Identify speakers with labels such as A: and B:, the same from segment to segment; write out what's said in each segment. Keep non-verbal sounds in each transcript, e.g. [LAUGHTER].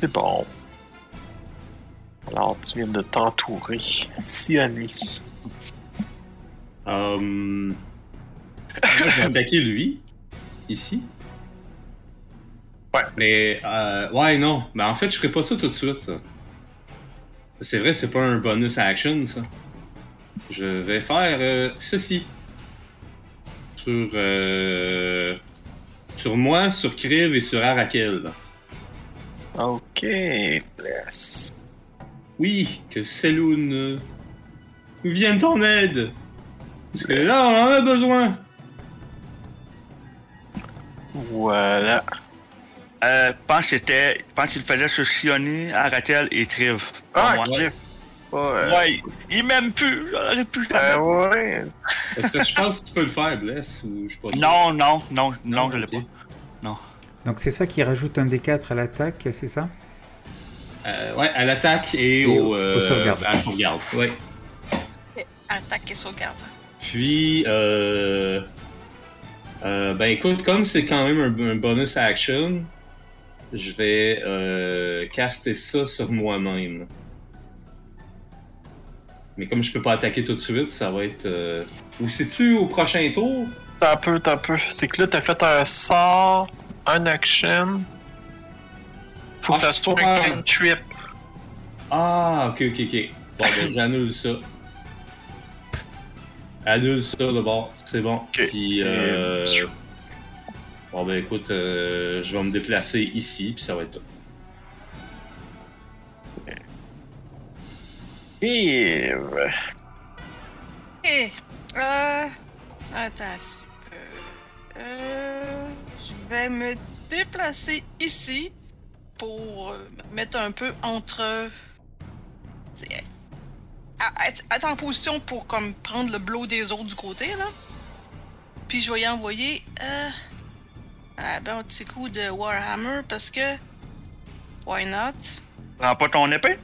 A: C'est bon. Alors, tu viens de t'entourer, sillonner.
B: Hum, Moi, je vais attaquer lui, ici.
A: Ouais.
B: Mais, euh, ouais, non. Mais en fait, je ferai pas ça tout de suite, ça. C'est vrai, c'est pas un bonus action, ça. Je vais faire euh, ceci. Sur, euh, sur moi, sur Kriv et sur Arakel.
A: Ok, bless.
B: Oui, que Seloun euh, nous vienne en aide. Parce que là, on en a besoin.
A: Voilà.
C: Euh, je pense que c'était. Je pense qu'il faisait sur Sioni, Aratel et Triv.
A: Ah,
C: Pour moi.
A: Cliff. Ouais.
C: Ouais, il m'aime plus. J'aurais pu.
A: Euh, ouais.
B: Est-ce que je pense que tu peux le faire, Bless, ou je sais pas sûr.
C: Non, non, non, non, je l'ai
B: ok.
D: Donc c'est ça qui rajoute un D4 à l'attaque, c'est ça
B: Euh, ouais, à l'attaque et,
D: Et
B: au,
D: au-
B: euh,
D: au sauvegarde.
B: à la sauvegarde. Ouais.
E: Attaque et sauvegarde.
B: Puis, euh, euh, ben écoute, comme c'est quand même un, un bonus action, je vais euh, caster ça sur moi-même. Mais comme je peux pas attaquer tout de suite, ça va être. euh, Ou sais-tu au prochain tour?
A: T'as un peu, t'as un peu. C'est que là, t'as fait un sort, un action. Faut que
B: Ah,
A: ça soit
B: ouais.
A: un clean trip.
B: Ah, ok, ok, ok. Bon, ben, j'annule ça. Annule ça d'abord, c'est bon.
A: Ok.
B: Puis, euh... bon, ben, écoute, euh, je vais me déplacer ici, puis ça va être tout.
A: Et...
E: Ok. Euh. Attends. un petit peu. Euh, Je vais me déplacer ici pour euh, me mettre un peu entre. C'est- à- être- Être en position pour comme prendre le blow des autres du côté là. Puis je vais y envoyer euh, un bon petit coup de Warhammer parce que. Why not?
C: Prends pas ton épée.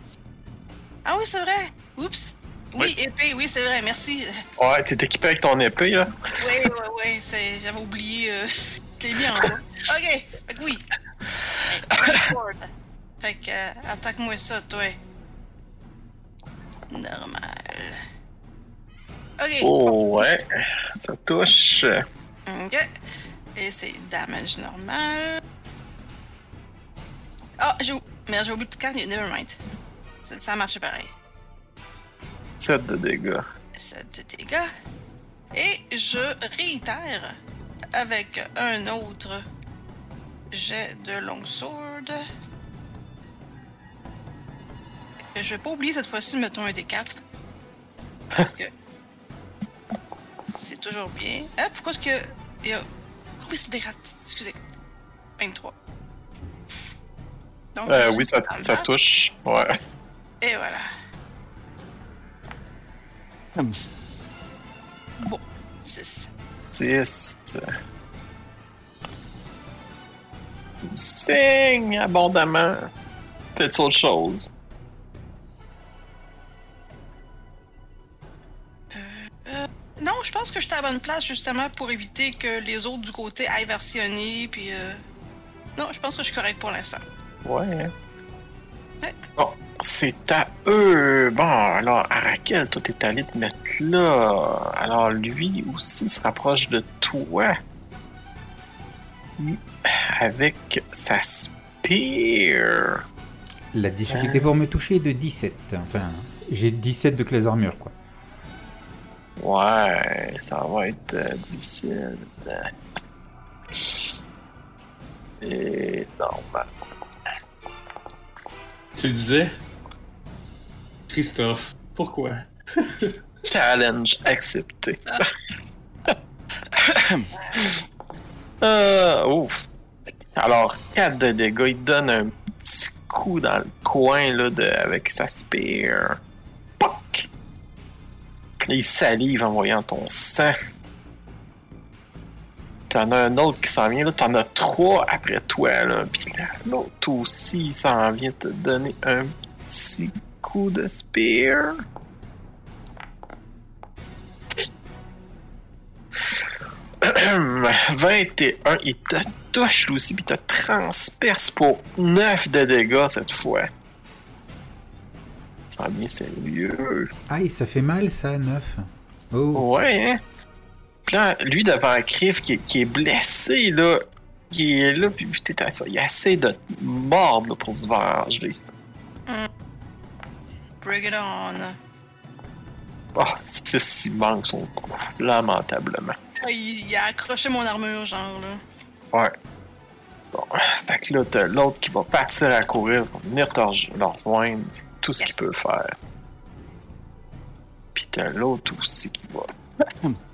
E: Ah oui, c'est vrai! Oups! Oui, épée, oui, c'est vrai, merci.
A: Ouais, t'es équipé avec ton épée, là.
E: Ouais, ouais, ouais, c'est- j'avais oublié euh, [LAUGHS] je l'ai mis en bas. Ok, fait que oui. Ouais, Discord. fait que, euh, attaque-moi ça, toi. Normal. Ok,
A: Oh, ouais. Ça touche.
E: ok. Et c'est damage normal. Ah, j'ai ou- merde, j'ai oublié de quand, nevermind. Ça, ça a marché pareil.
A: 7 de dégâts.
E: 7 de dégâts. Et je réitère avec un autre jet de longsword. Et Je vais pas oublier cette fois-ci de mettre un des 4. Parce que c'est toujours bien. Ah, pourquoi est-ce que. il y a- Ah oui, c'est des rats. Excusez. 23. Donc,
A: Euh, oui, ça,
E: dans le
A: ça
E: match.
A: touche. Ouais.
E: Et voilà.
C: Hum.
E: Bon, 6.
A: 10. Saigne abondamment. Fais-tu autre chose?
E: Non, je pense que j'étais à la bonne place justement pour éviter que les autres du côté aillent versionner. Puis. euh, Non, je pense que je suis correct pour l'instant.
A: Ouais. hein.
E: Ouais.
A: Bon, c'est à eux. Bon, alors, Arakel, toi, t'es allé te mettre là. Alors, lui aussi se rapproche de toi. Avec sa spear.
D: La difficulté pour me toucher est de 17. Enfin, j'ai 17 de classe armure, quoi.
A: Ouais, ça va être euh, difficile. Et ben, normal.
B: Tu le disais? Christophe, pourquoi?
A: Challenge accepté. euh, ouf. Alors, 4 de dégâts, il donne un petit coup dans le coin là, de, avec sa spear. Poc! Il salive en voyant ton sang. T'en as un autre qui s'en vient, là. T'en as trois après toi, là. Puis là, l'autre aussi, il s'en vient te donner un petit coup de spear. 21, il te touche lui aussi, puis il te transperce pour 9 de dégâts cette fois. Ça va bien sérieux.
D: Aïe, Ah, ça fait mal ça, 9. Oh,
A: Ouais, hein? Puis là, lui devant Criff qui, qui est blessé, là, il est là, puis putain, t'as ça, il essaie de te mordre là, pour se venger.
E: Bring it on.
A: Ah, c'est si manque son coup, lamentablement.
E: Ah, Il, il a accroché mon armure, genre, là.
A: Ouais. Bon, fait que là, t'as l'autre qui va partir à courir pour venir te rej- le rejoindre. C'est Tout ce qu'il
E: Yes.
A: peut faire. Puis t'as l'autre aussi qui va.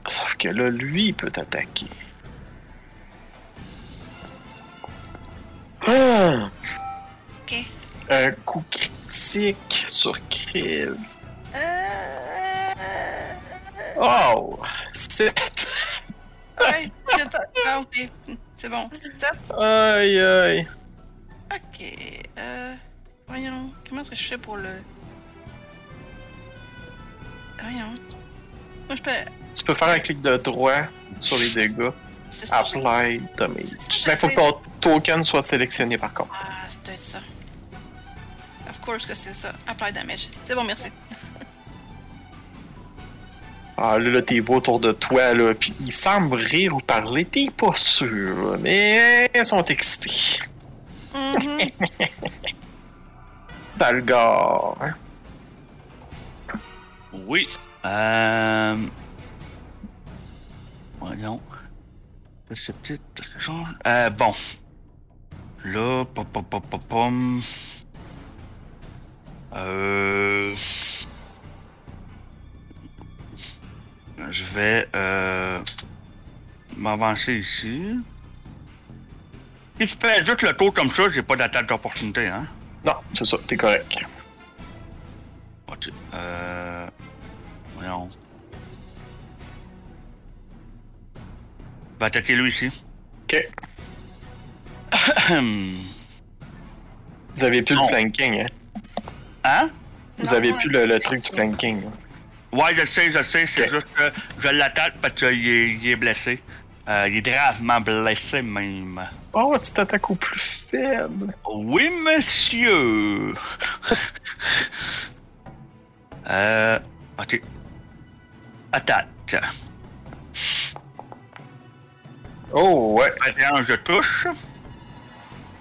A: Sauf que là, lui, il peut t'attaquer. Ah!
E: Ok.
A: Un coup critique sur Krill.
E: Euh...
A: Oh! C'est...
E: Ouais, shit. Ah, ok. C'est bon. Stop.
A: Aïe aïe!
E: Ok. Euh... Voyons. Comment est-ce que je fais pour le. Voyons. Moi, je fais.
A: Tu peux faire un clic de droit sur les dégâts.
E: C'est ça. j'ai-
A: Apply damage.
E: C'est ça, je
A: Mais Ben, faut que
E: sais.
A: ton token soit sélectionné par contre.
E: Ah, c'est peut-être ça. Of course que c'est ça. Apply damage. C'est bon, merci.
A: Ah là, là t'es beau autour de toi, là, pis ils semblent rire ou parler, t'es pas sûr, là, mais ils sont excités.
E: Mhm.
A: Dalgar, hein.
C: Oui. Euh... Voyons. C'est petit. Euh, bon. Là, pom pom pom pom pom. Euh... Je vais euh... m'avancer ici. Si tu fais juste le tour comme ça, j'ai pas d'attaque d'opportunité, hein.
A: Non, c'est ça, t'es correct.
C: Ok. Euh... Voyons. Va attaquer lui ici.
A: Ok.
C: [COUGHS] hein?
A: Vous avez plus le
C: Non.
A: flanking, hein. [LAUGHS] Vous
E: Non,
A: avez
E: ouais.
A: plus le, le truc du flanking. là.
C: Ouais, je sais, je sais, c'est
A: Ok.
C: juste que je l'attaque parce qu'il est, il est blessé. Euh, il est gravement blessé même.
A: Oh, tu t'attaques au plus faible.
C: Oui, monsieur! [LAUGHS] euh. Ok. Attaque.
A: Oh, ouais.
C: 21, je touche.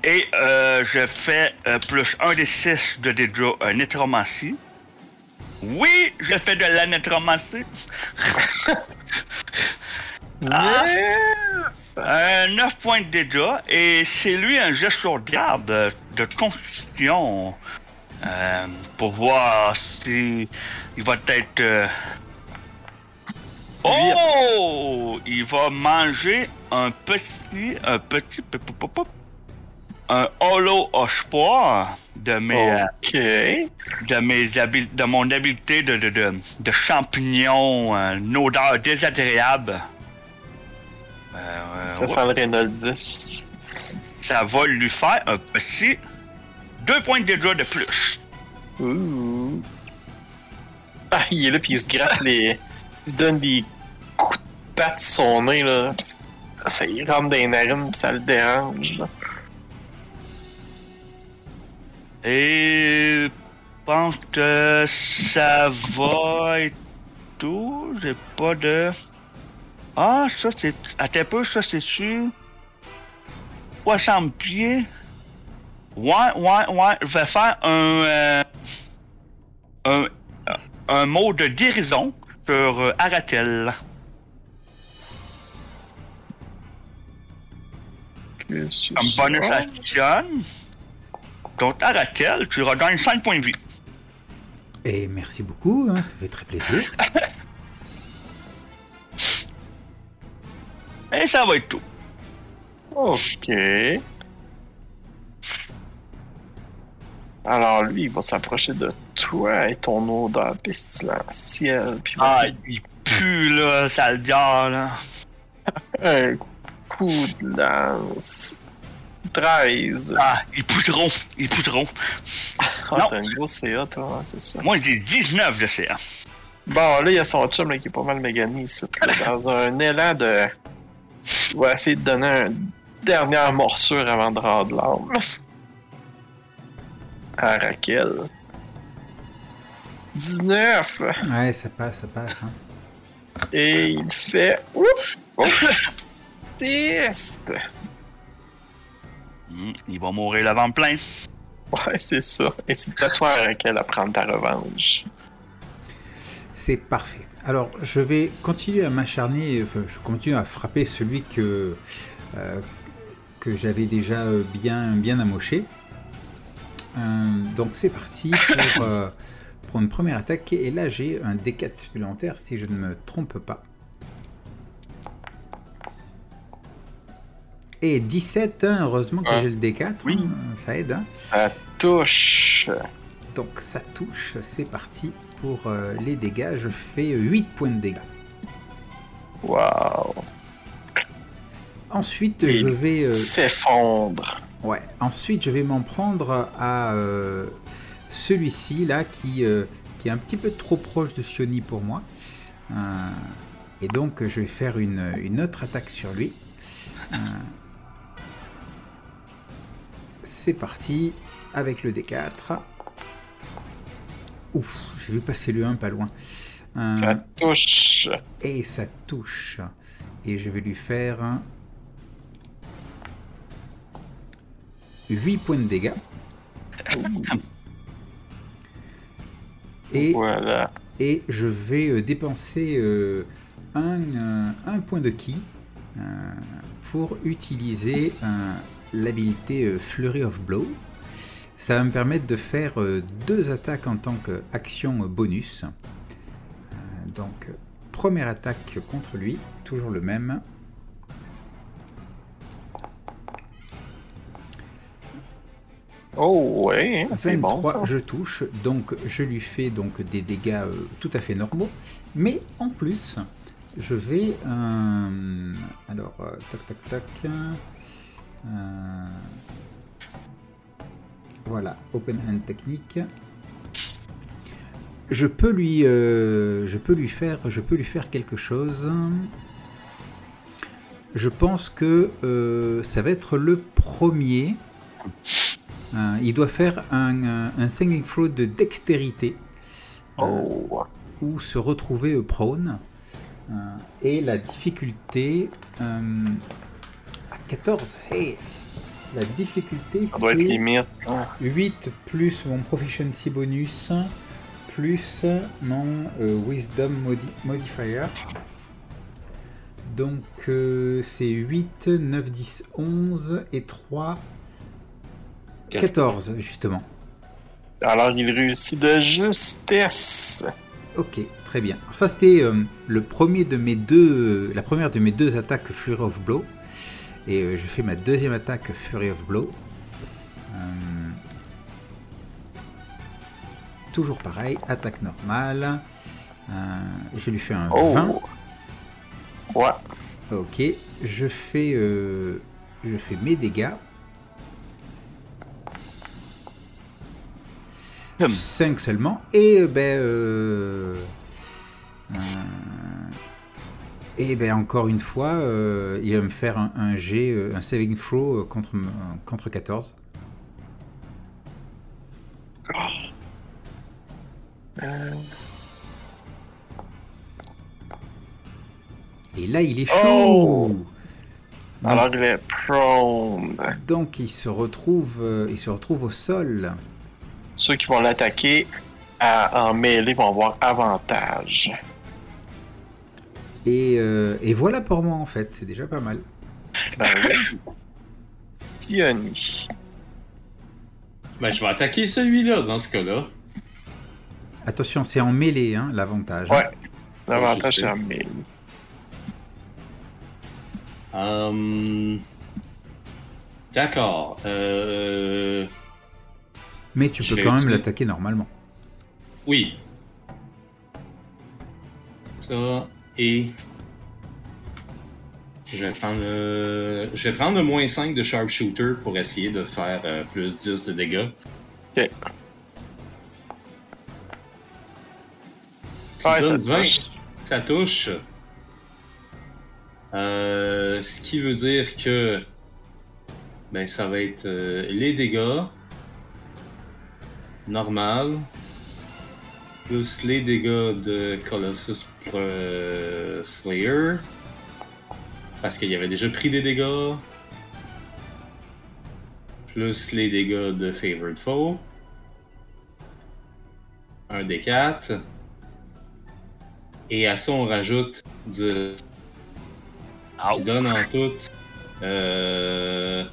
C: Et euh, je fais euh, plus 1 des 6 de dégâts euh, nécromancie. Oui, je fais de la nécromancie. Ah.
A: Yes!
C: Euh, 9 points de dégâts. Et c'est lui un geste sur garde euh, de constitution. euh, pour voir si il va être. euh, Oh! Il va manger un petit. Un petit. pop, pop, pop, pop, Un holo poire de mes. euh,
A: Ok.
C: de mes habil- de mon habileté de, de, de, de champignon, euh, une odeur désagréable. Euh, euh,
A: Ça
C: ouais.
A: sent le Reynolds 10.
C: Ça va lui faire un petit deux points de dégâts de plus.
A: Ouh. Ah, il est là, puis il se gratte les. Il se donne des coups de patte sur son nez, là. Puis ah, ça il rentre dans les narines, puis ça le dérange, là.
C: Et je pense que ça va être tout. J'ai pas de. Ah, ça c'est. Attends un peu, ça c'est sûr. 60 pieds. Ouais, ouais, ouais. Je vais faire un. euh, un, un mot de guérison sur euh, Aratel.
A: Que c'est
C: Comme
A: ça?
C: bonus action. Donc, Aratel, tu regagnes 5 points de vie.
D: et Eh, merci beaucoup, hein, ça fait très plaisir.
C: Et ça va être tout.
A: Ok. Alors lui, il va s'approcher de toi et ton odeur pestilentielle, puis il va
C: Ah, il pue, là, sale diable, là.
A: faire un coup de lance. 13.
C: Ah, ils pousseront, ils pousseront.
A: Ah,
C: non.
A: t'as un gros CA, toi, hein, c'est ça.
C: Moi, j'ai 19 de CA.
A: Bon, là, il y a son chum là, qui est pas mal mégané ici. là, dans un élan de Je vais essayer de donner une dernière morsure avant de rendre l'âme. À Raquel. 19!
D: Ouais, ça passe, ça passe. Hein.
A: Et il fait. Ouf! Oh! Triste!
C: Hmm, il va mourir l'avant plein.
A: Ouais, c'est ça. Et c'est à toi, Raquel, à prendre ta revanche.
D: C'est parfait. Alors, je vais continuer à m'acharner, enfin, je continue à frapper celui que, euh, que j'avais déjà euh, bien, bien amoché. Euh, donc, c'est parti pour, euh, pour une première attaque. Et là, j'ai un D4 supplémentaire, si je ne me trompe pas. Et 17, hein, heureusement que
A: Ouais.
D: j'ai le D4,
C: Oui.
D: hein, ça aide. hein.
A: Ça touche!
D: Donc ça touche, c'est parti pour euh, les dégâts. Je fais 8 points de dégâts.
A: Waouh!
D: Ensuite,
A: Et
D: je vais, euh,
A: S'effondre!
D: ouais, ensuite je vais m'en prendre à euh, celui-ci là qui, euh, qui est un petit peu trop proche de Sioni pour moi. Euh, et donc je vais faire une, une autre attaque sur lui. Euh, c'est parti avec le D4. Ouf, j'ai vu passer le 1 pas loin. Euh,
A: Ça touche!
D: Et ça touche. Et je vais lui faire 8 points de dégâts. Et,
A: Voilà.
D: et je vais euh, dépenser euh, un, euh, un point de ki euh, pour utiliser euh, l'habilité euh, Flurry of Blow. Ça va me permettre de faire euh, deux attaques en tant qu'action bonus. Euh, donc, euh, première attaque contre lui, toujours le même.
A: Oh, ouais, hein, c'est bon.
D: 23,
A: ça.
D: je touche, donc je lui fais donc des dégâts euh, tout à fait normaux. Mais en plus, je vais... euh, alors, euh, tac, tac, tac. euh, voilà, open hand technique. Je peux lui, euh, je peux lui faire, je peux lui faire quelque chose. Je pense que euh, ça va être le premier. Euh, il doit faire un, un, un saving throw de dextérité euh,
A: Oh!
D: ou se retrouver euh, prone. Euh, et la difficulté euh, à 14. Hey la difficulté
A: Ça doit être
D: c'est
A: limite.
D: 8 plus mon proficiency bonus plus mon euh, wisdom modi- modifier. Donc euh, c'est 8, 9, 10, 11 et 3, 14 justement.
A: Alors, il réussit de justesse.
D: Ok, très bien. Alors ça c'était euh, le premier de mes deux, euh, la première de mes deux attaques Fury of Blow. Et euh, je fais ma deuxième attaque Fury of Blow. Euh, Toujours pareil, attaque normale. Euh, je lui fais un
A: Oh!
D: 20.
A: Ouais,
D: Ok, je fais, euh, je fais mes dégâts.
C: Hum.
D: 5 seulement. Et euh, ben. euh, euh, et ben encore une fois, euh, il va me faire un, un jet, euh, un saving throw euh, contre, m- euh, contre 14.
A: Ah.
D: Et là, il est chaud.
A: Oh. alors il est prone.
D: Donc il se retrouve, euh, il se retrouve au sol.
A: Ceux qui vont l'attaquer à- en mêlée vont avoir avantage.
D: Et, euh, et voilà pour moi en fait, c'est déjà pas mal.
A: Ben oui. Sioni.
B: Ben, je vais attaquer celui-là dans ce cas-là.
D: Attention, c'est en mêlée hein, l'avantage.
A: Ouais. L'avantage
B: je
A: c'est
B: sais.
A: en mêlée.
B: Hum, D'accord. Euh...
D: Mais tu
B: Je
D: peux
B: vais
D: quand même
B: utiliser-
D: l'attaquer normalement.
B: Oui. Ça et. Je vais prendre le. Je vais prendre le moins 5 de sharpshooter pour essayer de faire euh, plus 10 de dégâts.
A: Ok.
B: Ça
A: Ouais, ça
B: donne 20.
A: touche.
B: Ça touche. Euh, ce qui veut dire que ben, ça va être euh, les dégâts normal plus les dégâts de Colossus euh, Slayer parce qu'il avait déjà pris des dégâts plus les dégâts de Favored Foe. Un des quatre. Et à ça, on rajoute du. Qui donne en tout. Euh,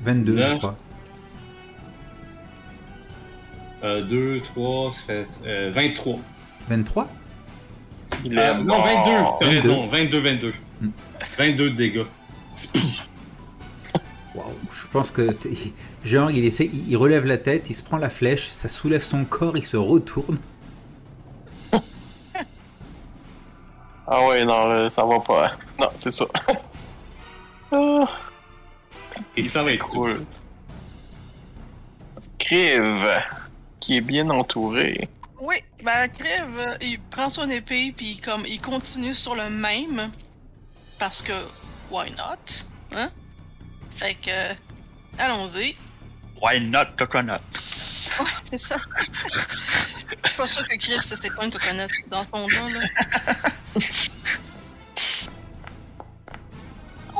D: 22, je
B: Neuf.
D: crois.
B: 2, 3, ça fait. euh, 23.
D: 23
A: Il
B: Euh,
A: est
B: non, 22,
A: mort.
B: t'as
D: 22.
B: raison. 22, 22.
D: Hmm.
B: 22 de dégâts.
D: Waouh, je pense que. t'es- [LAUGHS] Genre, il essaie, il il relève la tête, il se prend la flèche, ça soulève son corps, il se retourne.
A: Ah ouais, non, là, ça va pas. Non, c'est ça. [LAUGHS] Ah.
B: Et ça va être cool.
A: cool. Crive, qui est bien entouré.
E: Oui, ben Crève, euh, il prend son épée puis comme il continue sur le même parce que why not, hein Fait que euh, allons-y.
C: Why not coconut?
E: Ouais, [LAUGHS] c'est ça. Je suis pas sûr que Crève c'est c'est quoi une coconut dans ce monde-là. là.
A: [LAUGHS]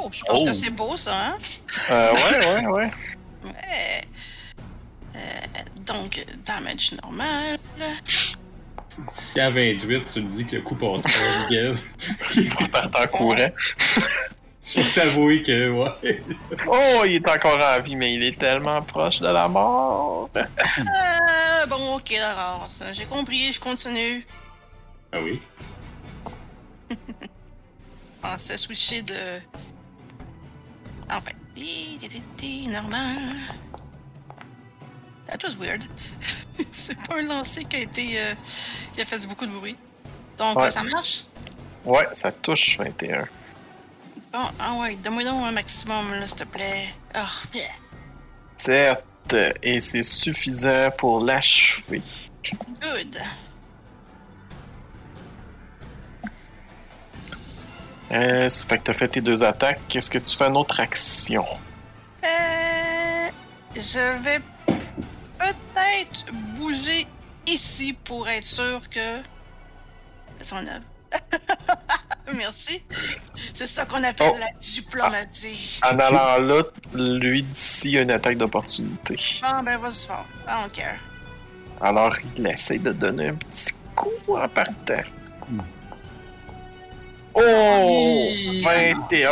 E: Oh, je pense
C: Oh.
E: que c'est beau ça, hein
A: Euh, ouais, ouais, ouais.
E: Ouais. Euh, donc, damage normal.
B: Si à 28, tu me dis que le coup passe pas, Miguel, [LAUGHS]
A: Il faut partir en courant.
B: je vais t'avouer que, ouais.
A: Oh, il est encore en vie, mais il est tellement proche de la mort.
E: Euh, bon, ok, d'accord. ça, J'ai compris, je continue.
B: Ah oui.
E: Je pensais switcher de. Enfin. Hi, hi, hi, hi, Normal. That was weird. [LAUGHS] C'est pas un lancer qui a été. euh, qui a fait beaucoup de bruit. Donc,
A: Ouais.
E: euh, ça marche?
A: Ouais, ça touche 21.
E: Bon, ah ouais, donne-moi donc un maximum, là, s'il te plaît. Oh, yeah.
A: 7, et c'est suffisant pour l'achever.
E: Good.
A: Euh, ça fait que t'as fait tes deux attaques. Qu'est-ce que tu fais en autre action?
E: Euh, je vais peut-être bouger ici pour être sûr que. Son œuvre. [LAUGHS] Merci. C'est ça qu'on appelle
A: Oh.
E: la diplomatie.
A: En allant là, lui d'ici a une attaque d'opportunité.
E: Bon, ben, vas-y fort. I don't care.
A: Alors il essaie de donner un petit coup en partant. Oh!
B: Oui.
A: 21!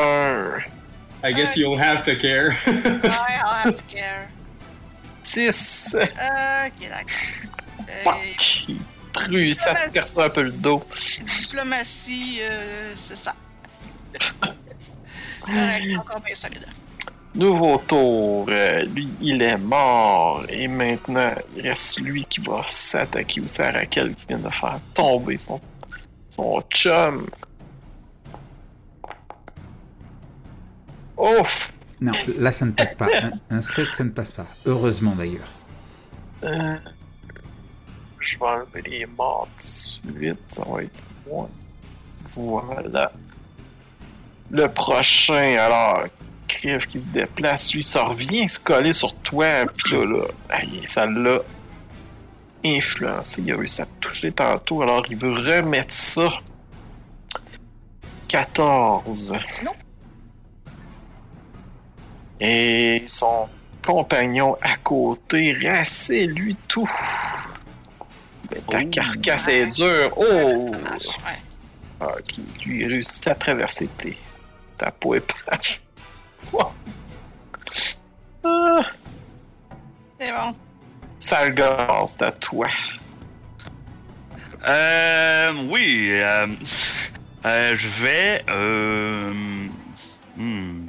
B: I guess you'll have to care.
E: I don't care.
A: 6!
E: Ok, d'accord. Euh,
A: Fuck! Il true, ça te perce un peu le dos.
E: diplomatie, euh,
A: [LAUGHS]
E: c'est ça. Correct, encore bien solide.
A: Nouveau tour. Euh, lui, il est mort. Et maintenant, il reste lui qui va s'attaquer aussi à Raquel qui vient de faire tomber son, son chum. Ouf!
D: Non, là, ça ne passe pas. Un, 7, ça ne passe pas. Heureusement d'ailleurs.
A: Euh, je vais enlever les morts tout de suite. Ça va être moi. Voilà. Le prochain, alors, Criff qui se déplace, lui, ça revient se coller sur toi. Puis là, là, aïe, ça l'a influencé. Il a réussi à te toucher tantôt, alors il veut remettre ça. 14.
E: Non.
A: Et son compagnon à côté, rassez lui tout. Mais ta
C: Oh.
A: carcasse
E: Ouais.
A: est dure.
E: Ouais,
A: Oh!
E: Ça marche, ouais.
A: Ah, qui lui réussit à traverser tes, ta peau [LAUGHS] épaisse. Wow. Ah,
E: C'est bon.
A: sale gosse, c'est à toi.
C: Euh, oui, euh, euh, je vais euh, hmm,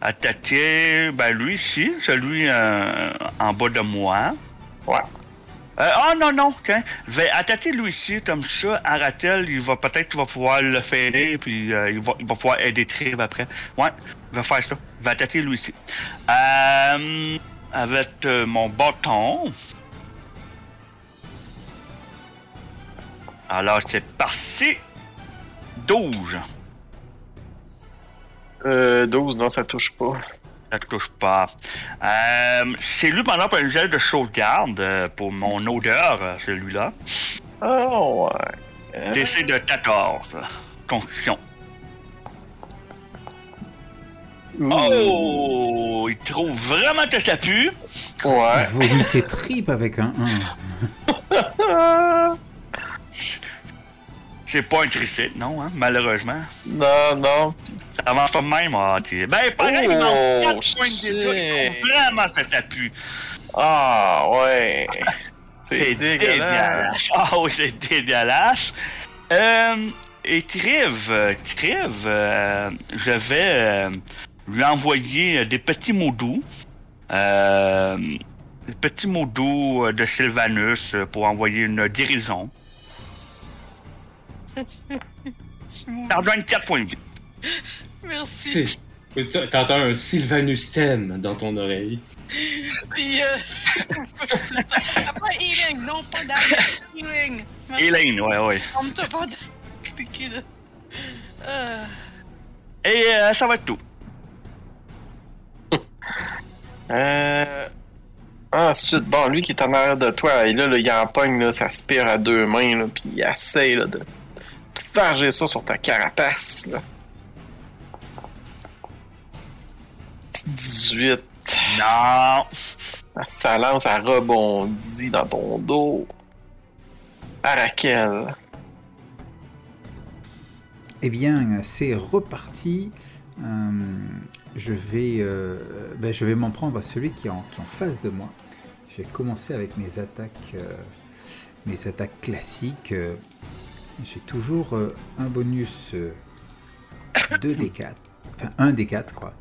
C: attaquer ben, lui ici, celui euh, en bas de moi.
A: Ouais.
C: Euh, oh non, non, tiens, je vais attaquer lui ici, comme ça, Aratel, il va peut-être qu'il va pouvoir le faire, puis euh, il, va, il va pouvoir aider Triv après. Ouais, je vais faire ça, je vais attaquer lui ici. Euh, avec euh, mon bâton. Alors, c'est parti! 12.
A: Euh, 12, non, ça touche pas.
C: Ça te touche pas. Euh, c'est lui, par exemple, un gel de sauvegarde euh, pour mon odeur, euh, celui-là.
A: Oh, ouais. Euh,
C: DC de 14. Constitution. Oh! Il trouve vraiment que ça pue.
A: Ouais. [LAUGHS]
D: Il vomit ses tripes avec un 1.
A: Ah,
C: C'est pas un tricide, non, hein, malheureusement.
A: non, non.
C: Ça avance pas de même, ah, t'es- Ben, pareil, il
A: Oh,
C: manque 4 points de dégâts. Il
A: shit.
C: trouve vraiment que ça pue.
A: Ah, ouais.
C: C'est
A: C'est dégueulasse.
C: Ah oui, c'est dégueulasse. Euh, et Triv, euh, Triv, euh, je vais euh, lui envoyer euh, des petits mots doux. Euh, des petits mots doux euh, de Sylvanus euh, pour envoyer une guérison.
E: Petit mot.
C: Ça donne 4 points de vie.
E: Merci.
B: C'est- [LAUGHS] T'entends un Sylvanus Ten dans ton oreille.
E: Puis, euh... [LAUGHS] c'est ça. Après, healing, non pas d'arrêt. Healing. Merci.
C: Elaine, ouais, ouais.
E: Trompe-toi pas [LAUGHS] de- cliquer de- Euh,
C: Et euh, ça va être tout.
A: Euh... Ensuite, bon, lui qui est en arrière de toi, et là, là il empogne, là, ça se pire à deux mains, là, puis il essaie là, de de farger ça sur ta carapace. Là. 18.
C: Non.
A: Ah, Sa lance a rebondi dans ton dos. À Raquel.
D: Eh bien, c'est reparti. Euh, je vais, euh, ben, je vais m'en prendre à celui qui est, en, qui est en face de moi. Je vais commencer avec mes attaques, euh, mes attaques classiques. Euh, J'ai toujours euh, un bonus 2 des 4, enfin 1 des 4 quoi.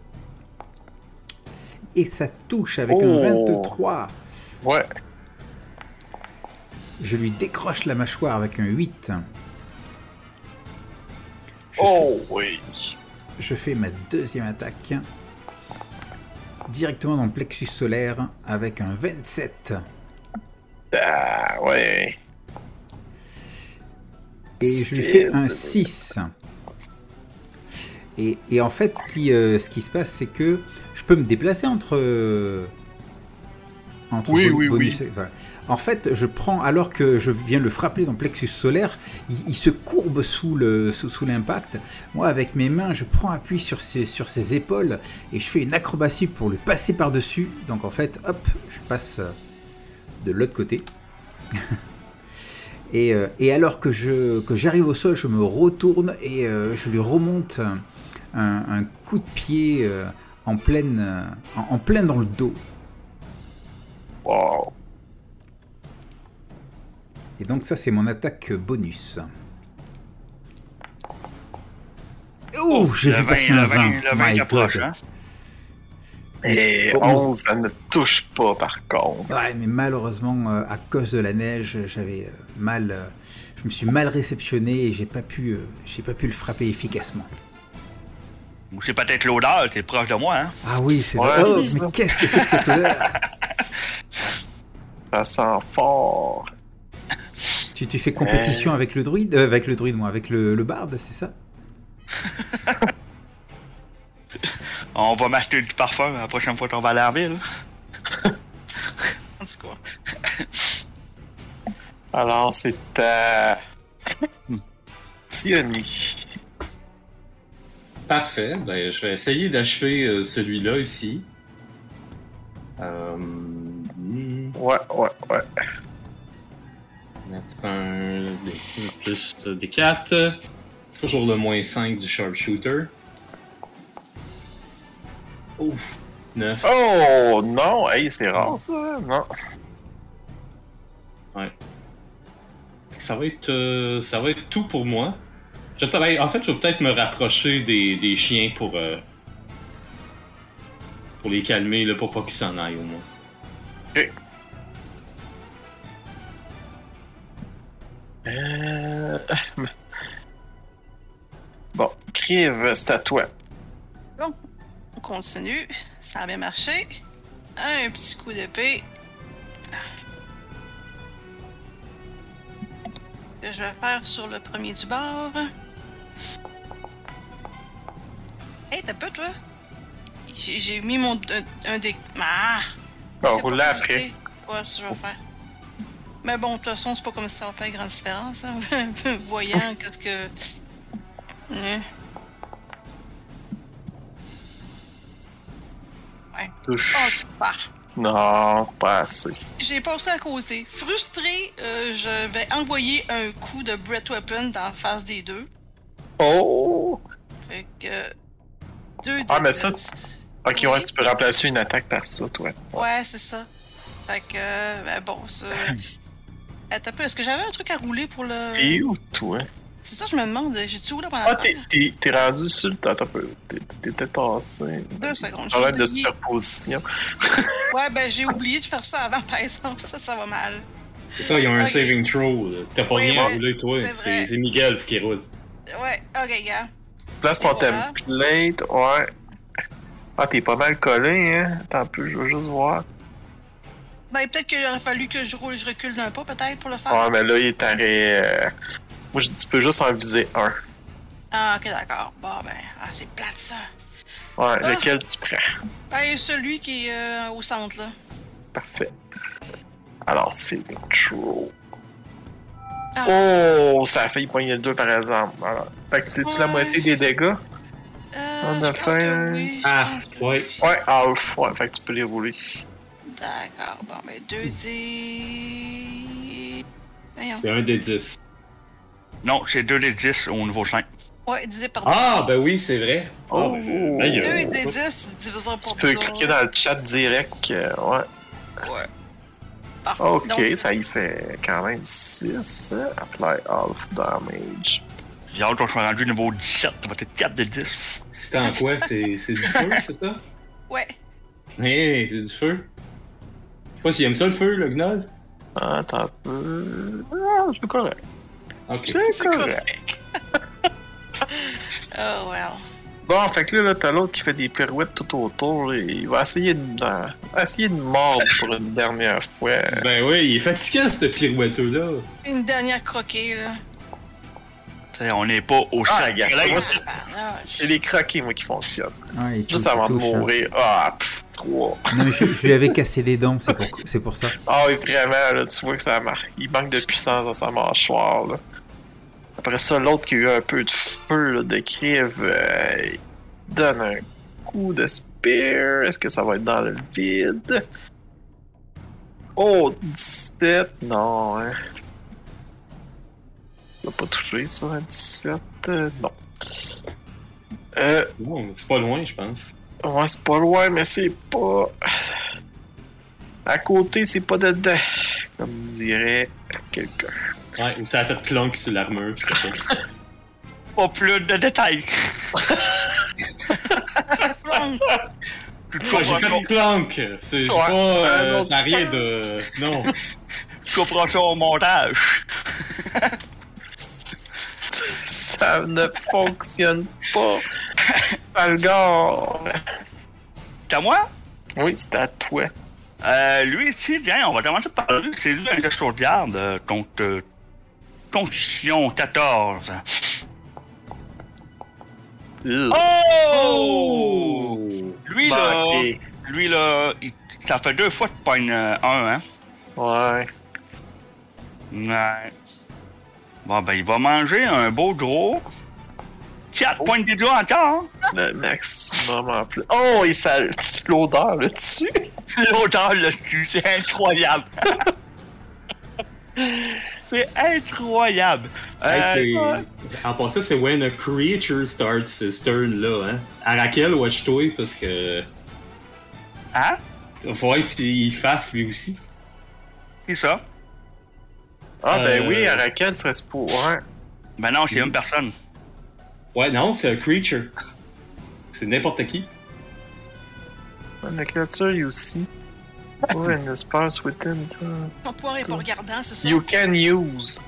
D: Et ça touche avec
A: Oh.
D: un 23.
A: Ouais.
D: Je lui décroche la mâchoire avec un 8. Je
A: Oh oui.
D: je fais ma deuxième attaque directement dans le plexus solaire avec un 27.
A: Ah ouais.
D: Et je lui fais
A: Six.
D: un 6. Et, et en fait, ce qui, euh, ce qui se passe, c'est que je peux me déplacer entre. euh, entre
A: Oui,
D: bon-
A: oui,
D: bonus- enfin, en fait, je prends, alors que je viens le frapper dans le plexus solaire, il, il se courbe sous le sous, sous l'impact. Moi, avec mes mains, je prends appui sur ses, sur ses épaules et je fais une acrobatie pour le passer par-dessus. Donc en fait, hop, je passe euh, de l'autre côté. [LAUGHS] Et, euh, et alors que je que j'arrive au sol, je me retourne et euh, je lui remonte un, un coup de pied euh, en pleine euh, en, en plein dans le dos.
A: Wow.
D: Et donc ça c'est mon attaque bonus. Oh, j'ai
C: Le
D: vu
C: 20,
D: passer
C: le
D: un
C: 20,
D: 20.
C: le 20
D: My
C: qui approche,
D: God.
C: hein.
A: Et
D: Oh,
A: 11, ça ne touche pas par contre.
D: Ouais, mais malheureusement euh, à cause de la neige, j'avais euh, mal euh, je me suis mal réceptionné et j'ai pas pu euh, j'ai pas pu le frapper efficacement.
C: Ou c'est peut-être l'odeur, t'es proche de moi, hein.
D: Ah oui, c'est
A: Ouais,
D: vrai. Oh,
A: c'est ça.
D: mais qu'est-ce que c'est que cette odeur
A: Ça sent fort.
D: Tu, tu fais compétition avec le druide, euh, avec le druide, moi, avec le, le barde, c'est ça
C: On va m'acheter du parfum la prochaine fois qu'on va aller en ville.
E: en tout cas.
A: Alors, c'est à. Tioni.
B: Parfait. Ben, je vais essayer d'achever euh, celui-là ici. Euh... hmm,
A: Ouais, ouais, ouais.
B: Mettre un des- plus des 4. Toujours le moins 5 du sharpshooter. Ouf. 9.
A: Oh non, hey, c'est rare ça, non.
B: Ça va être, euh, ça va être tout pour moi. Je vais peut-être- ben, en fait, je vais peut-être me rapprocher des, des chiens pour, euh, pour les calmer, là, pour pas qu'ils s'en aillent au moins.
A: Euh... [LAUGHS] Bon, Crive, c'est à toi.
E: Bon, on continue. Ça a bien marché. Un petit coup d'épée. Que je vais faire sur le premier du bord. Et t'as peu, toi? J'ai j'ai mis mon. un, un des. Ah!
A: Bon,
E: C'est pas
A: roule-la
E: compliqué.
A: après.
E: Ouais, c'est ce que je vais faire. Mais bon, de toute façon, c'est pas comme si ça va faire grande différence. hein. [LAUGHS]
A: [LAUGHS]
E: Voyant qu'est-ce que. Hein.
A: Touche.
E: Oh, bah.
A: Non, c'est pas assez.
E: J'ai passé à causer. Frustré, euh, je vais envoyer un coup de Breath Weapon dans la face des deux.
A: Oh!
E: Fait que. Deux
A: Ah,
E: des
A: mais ça,
E: dix.
A: Ok,
E: Oui. Euh.
A: ouais, tu peux remplacer une attaque par ça, toi.
E: Ouais, c'est ça. Fait que. euh, ben bon, ça.
A: [LAUGHS]
E: Attends un peu, est-ce que j'avais un truc à rouler pour le.
A: T'es où, toi?
E: C'est ça, je me demande. J'ai tout roulé pendant
A: Ah,
E: la-
A: t'es- t'es t'es rendu sur le temps. T'as pas- t'es- tu T'étais passé.
E: deux secondes. j'ai
A: Problème de
E: oublié.
A: superposition.
E: Ouais, ben j'ai oublié de faire ça avant, par exemple. Ça, ça va mal.
B: C'est ça, ils ont un
E: Ok.
B: saving throw. là. T'as pas
E: Oui,
B: rien à
E: ouais,
B: rouler, toi.
E: c'est vrai.
B: C'est c'est Miguel qui roule.
E: Ouais, ok, gars.
A: Place ton
E: Et voilà.
A: template, ouais. Ah, t'es pas mal collé, hein. Attends un peu, je veux juste voir.
E: Ben peut-être qu'il aurait fallu que je roule, je recule d'un pas, peut-être, pour le faire.
A: Ouais, mais là, il t'aurait. euh, Moi, je- tu peux juste en viser un.
E: Ah, ok, d'accord. Bon, ben, ah, c'est plate, ça.
A: Ouais,
E: Ah.
A: lequel tu prends.
E: Ben, celui qui est euh, au centre, là.
A: Parfait. Alors, c'est le true.
E: Ah.
A: Oh, ça a failli poigner le 2 par exemple. Alors, fait que c'est-tu la
E: Ouais.
A: moitié des dégâts?
E: Euh,
A: On
E: je
A: a
E: pense
A: fait
E: que
A: un-
E: oui. je
B: Ah,
E: pense que-
B: ouais.
A: Ouais, half. Ouais, fait que tu peux les rouler.
E: D'accord. Bon, ben, 2D. Voyons.
B: C'est un des 10.
C: Non, c'est 2 des 10 au niveau 5.
E: Ouais, divisé par
B: Ah, ben oui, c'est vrai.
A: Oh.
B: Ah, ben, aïe,
E: 2.
B: euh,
E: 2D10 divisé par
A: Tu peux
E: deux.
A: cliquer dans le chat direct. euh, ouais.
E: Ouais. Parfait.
A: Ok,
E: Donc,
A: ça y
E: c'est-
A: fait quand même 6. Apply half damage.
C: J'ai hâte qu'on soit rendu au niveau 17, ça va être 4 des 10.
B: C'est en quoi C'est c'est du feu, c'est ça
E: Ouais.
B: Hey, c'est du feu. Je sais pas s'il aime ça le feu, le gnoll.
A: Attends un peu. Ah, c'est correct.
B: Ok.
A: C'est
E: C'est
A: correct.
E: correct. oh, well.
A: Bon, fait que là, là t'as l'autre qui fait des pirouettes tout autour. et il va essayer de, euh, essayer de mordre pour une dernière fois.
B: Ben oui, il est fatiguant ce pirouetteux-là.
E: Une dernière croquée, là.
C: Tu sais, on n'est pas au
A: Ah,
C: sac
A: gars, c'est moi, c'est-
E: Tabarnouche.
A: c'est les croquis, moi, qui fonctionnent.
D: Ah, il touche,
A: Juste avant
D: il
A: de
D: touche, hein.
A: mourir. Ah, pff, 3.
D: Non, mais je, je lui avais cassé les dents, c'est pour, c'est pour ça.
A: Ah oui, vraiment, là, tu vois que ça marche. Il manque de puissance dans sa mâchoire, là. Après ça, l'autre qui a eu un peu de feu, là, de crive, euh, il donne un coup de spear. Est-ce que ça va être dans le vide? Oh, 17, non, hein. Ça va pas toucher, ça, un 17, euh, non. Euh,
B: Bon, c'est pas loin, je pense.
A: ouais, c'est pas loin, mais c'est pas. À côté, c'est pas dedans. Comme dirait quelqu'un. [LAUGHS]
B: Ouais, ou ça a fait clonk sur l'armure, pis c'est ça.
C: Pas plus de détails.
D: Ah,
E: Plonk.
C: Tu
B: Ouais, j'ai
C: comprends,
B: fait clonk! C'est j'ai
A: Ouais,
B: pas. euh,
A: un autre
B: ça a rien de. Non.
C: tu comprends ça au montage.
A: Ça ne fonctionne [LAUGHS] pas. Falgar.
C: C'est à moi?
A: Oui, c'est à toi.
C: Euh, lui, ici, tiens, on va commencer par lui. C'est lui un gestion de garde euh, contre. euh, condition 14.
A: Ugh.
C: Oh! Lui, là.
A: Manqué.
C: Lui, là, il- ça fait deux fois de pogne euh, un, hein.
A: Ouais.
C: Ouais. Bon, ben, il va manger un beau gros. 4 points de dégâts encore. hein. [LAUGHS]
A: Le maximum en plus. Oh, et ça. c'est L'odeur là-dessus.
C: L'odeur le tue, c'est incroyable. [LAUGHS] c'est incroyable. Euh,
B: Hey, c'est- en passant, c'est when a creature starts his turn là, hein. À Raquel, watch-toi, parce que.
C: hein?
B: Faudrait qu'il fasse lui aussi.
C: C'est ça?
A: Ah, ben
B: Euh.
A: oui, Arakel serait pour. Ouais.
C: Ben non, c'est une personne.
B: Ouais, non, c'est un creature. C'est n'importe qui.
A: La créature, you see. [LAUGHS] Oh, and the sparse within, ça.
E: Mon poire est pas regardant, c'est ça.
A: You can use.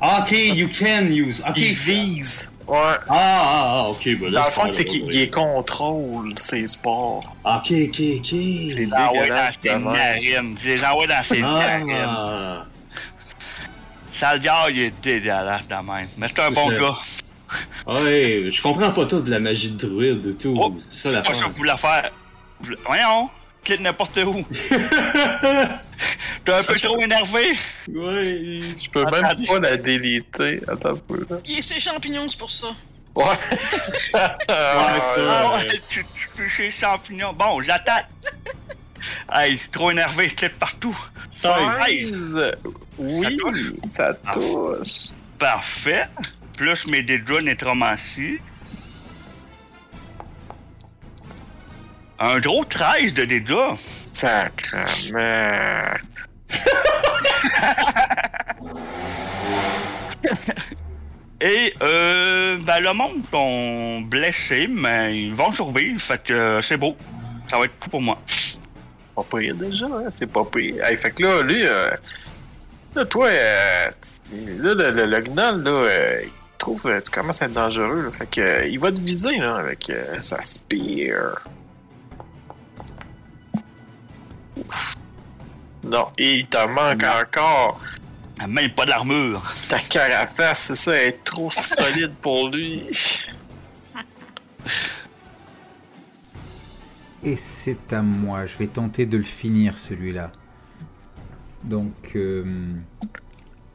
B: Ah, Ok, you can use. Ok.
A: Il vise. Ouais.
B: Ah, ah, ah, ok, bah là.
A: Dans le
B: je
A: fond,
B: parle
A: c'est
B: de-
A: qu'il il est contrôle, ses sports.
B: Ok, ok,
A: C'est
B: ok.
C: Ah ouais, dans
A: dégueulasse,
C: ses
A: vraiment.
C: narines. Je les envoie dans ses narines.
B: Ah,
C: Salgar, il est dégueulasse de même. Mais c'est un bon
B: Je-
C: gars.
B: Ouais, je comprends pas tout de la magie de druide et tout.
C: Oh,
B: c'est ça la
C: Moi, je
B: fin.
C: vais vous la faire. Je vous la- Voyons, clique
B: [LAUGHS]
C: n'importe où. T'es un peu trop énervé.
B: ouais.
A: Je peux même
C: Attendez.
A: pas la déliter. Attends un peu. là.
E: Il est ses champignons, c'est pour ça.
A: [LAUGHS] Ouais.
B: Ouais,
A: Ah,
C: Ah ouais, tu, tu peux chez les champignons. Bon, j'attaque. hey, je suis trop énervé, je clique partout. Seize.
A: 16. Oui,
C: Ça touche.
A: ça touche.
C: Parfait. Plus mes dédraws nétromancie. Un gros 13 de dégâts.
A: Sacrement.
C: Et euh, ben, le monde sont blessés, mais ils vont survivre. Fait que euh, c'est beau. Ça va être tout pour moi.
A: Pas pire déjà, hein? c'est pas pire. Hey, fait que là, lui, euh, là, toi, euh, tu- là, le, le, le gnoll, là, euh, il trouve, euh, tu commences à être dangereux, là. Fait que, euh, il va te viser, là, avec euh, sa spear. Ouf. Non, et il te manque encore.
C: Elle a Ah, Même pas d'armure.
A: Ta carapace, c'est ça, elle est
D: [LAUGHS]
A: trop solide pour lui.
D: Et c'est à moi. Je vais tenter de le finir celui-là. Donc, euh,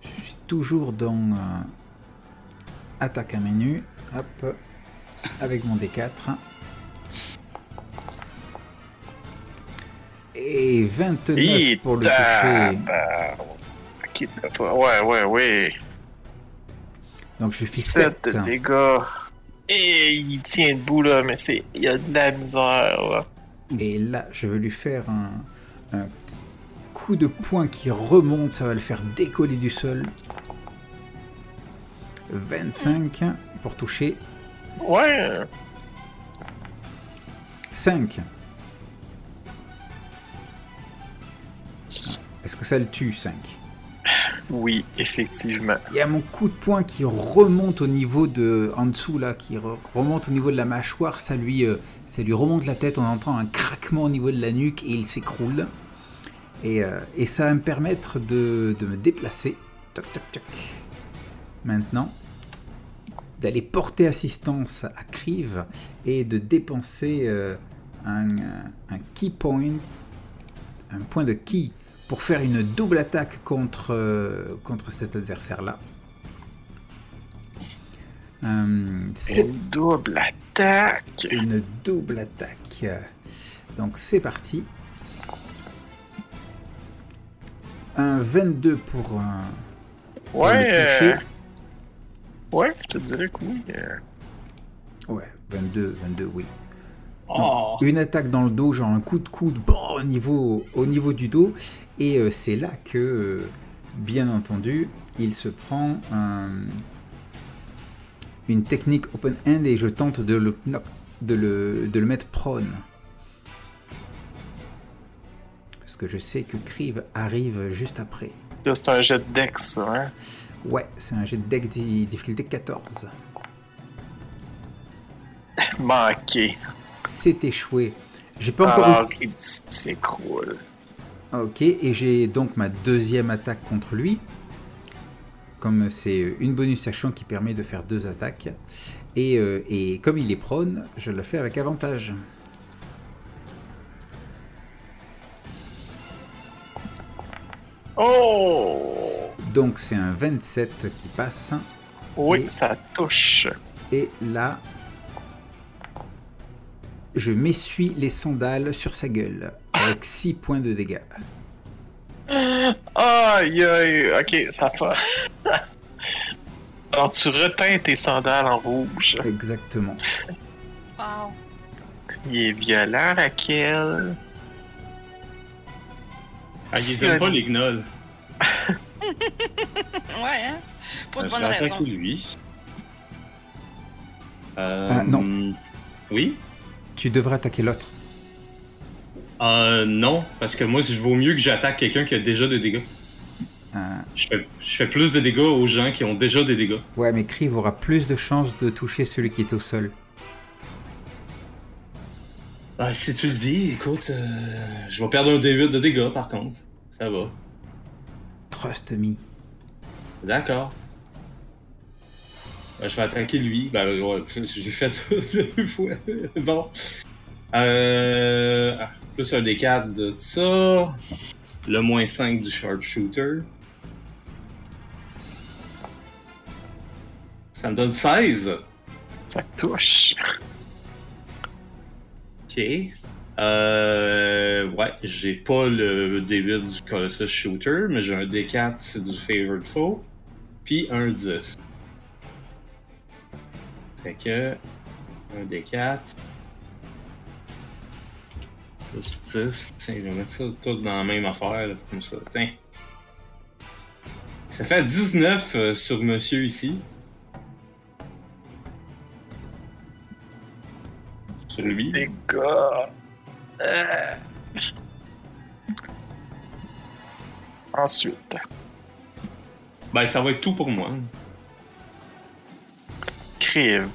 D: je suis toujours dans euh, attaque à menu. Hop, avec mon D4. Et 29
A: Il
D: pour le toucher.
A: tabarnak. Quitte-toi. Ouais, ouais, ouais.
D: Donc, je fais
A: 7
D: 7.
A: de dégâts. Et il tient debout là, mais c'est. Il y a de la misère là.
D: Et là, je vais lui faire un, un coup de poing qui remonte, ça va le faire décoller du sol. 25 pour toucher.
A: Ouais.
D: 5. Ah, Est-ce que ça le tue, 5
A: Oui, effectivement.
D: Il y a mon coup de poing qui remonte au niveau de... en dessous, là, qui re- remonte au niveau de la mâchoire, ça lui, euh, ça lui remonte la tête, on entend un craquement au niveau de la nuque et il s'écroule. Et, euh, et ça va me permettre de, de me déplacer. Toc, toc, toc. Maintenant, d'aller porter assistance à Crive et de dépenser euh, un, un key point, un point de ki pour faire une double attaque contre, euh, contre cet adversaire-là. Euh,
A: C'est
D: c'est
A: une double attaque.
D: une double attaque. Donc c'est parti. Un 22 pour, un, pour
A: Ouais.
D: le toucher.
A: euh, Ouais, je te dirais que oui. euh,
D: Ouais, 22, 22, oui.
B: Oh.
D: Une attaque dans le dos, genre un coup de coude bon, au, niveau, au niveau du dos. Et euh, c'est là que, euh, bien entendu, il se prend un- une technique open-end et je tente de le, knock- de le, de le mettre prone. Parce que je sais que Crive arrive juste après.
A: Là, c'est un jet de dex, ça, hein.
D: Ouais, c'est un jet de deck di- difficulté 14.
A: Manqué.
D: C'est échoué. J'ai pas encore eu
A: Alors qu'il s'écroule.
D: Ah, Ok, et j'ai donc ma deuxième attaque contre lui. Comme c'est une bonus action qui permet de faire deux attaques. Et, euh, et comme il est prone, je le fais avec avantage.
A: Oh!
D: Donc c'est un 27 qui passe.
A: Oui,
D: Oui.
A: ça touche.
D: Et là, je m'essuie les sandales sur sa gueule. Avec 6 points de dégâts.
A: Aïe, aïe, ok, ça va. [LAUGHS] Alors, tu reteins tes sandales en rouge.
D: Exactement.
E: Wow.
A: Il est violent, Raquel.
B: Ah, ils aiment pas les gnolls.
E: Ouais, hein? Pour de
B: Euh, je
E: bonnes
B: vais attaquer
E: raisons.
B: lui. Euh,
D: Ah,
B: Oui?
D: Tu devrais attaquer l'autre.
B: Euh, non, parce que moi, je vaut mieux que j'attaque quelqu'un qui a déjà des dégâts.
D: Euh,
B: Je fais, je fais plus de dégâts aux gens qui ont déjà des dégâts.
D: ouais, mais Kriv aura plus de chances de toucher celui qui est au sol.
B: Ah, si tu le dis, écoute, euh, je vais perdre un D8 de dégâts, par contre. Ça va.
D: Trust me.
B: D'accord. Euh, je vais attaquer lui. Ben, ouais, [LAUGHS] j'ai fait deux [LAUGHS] fois. bon. Euh, ah, plus un des 4 de ça. Le moins 5 du sharpshooter. Ça me donne 16.
A: Ça touche.
B: Ok. Euh, ouais, j'ai pas le début du Colossus Shooter, mais j'ai un D4, c'est du Favored Foe, puis un 10. Fait que, un D4, plus 10, tiens, je vais mettre ça tout dans la même affaire, là, comme ça, tiens. Ça fait 19 euh, sur monsieur ici. Sur lui.
A: Les gars. Euh. Ensuite,
B: Ben, ça va être tout pour moi.
A: crive.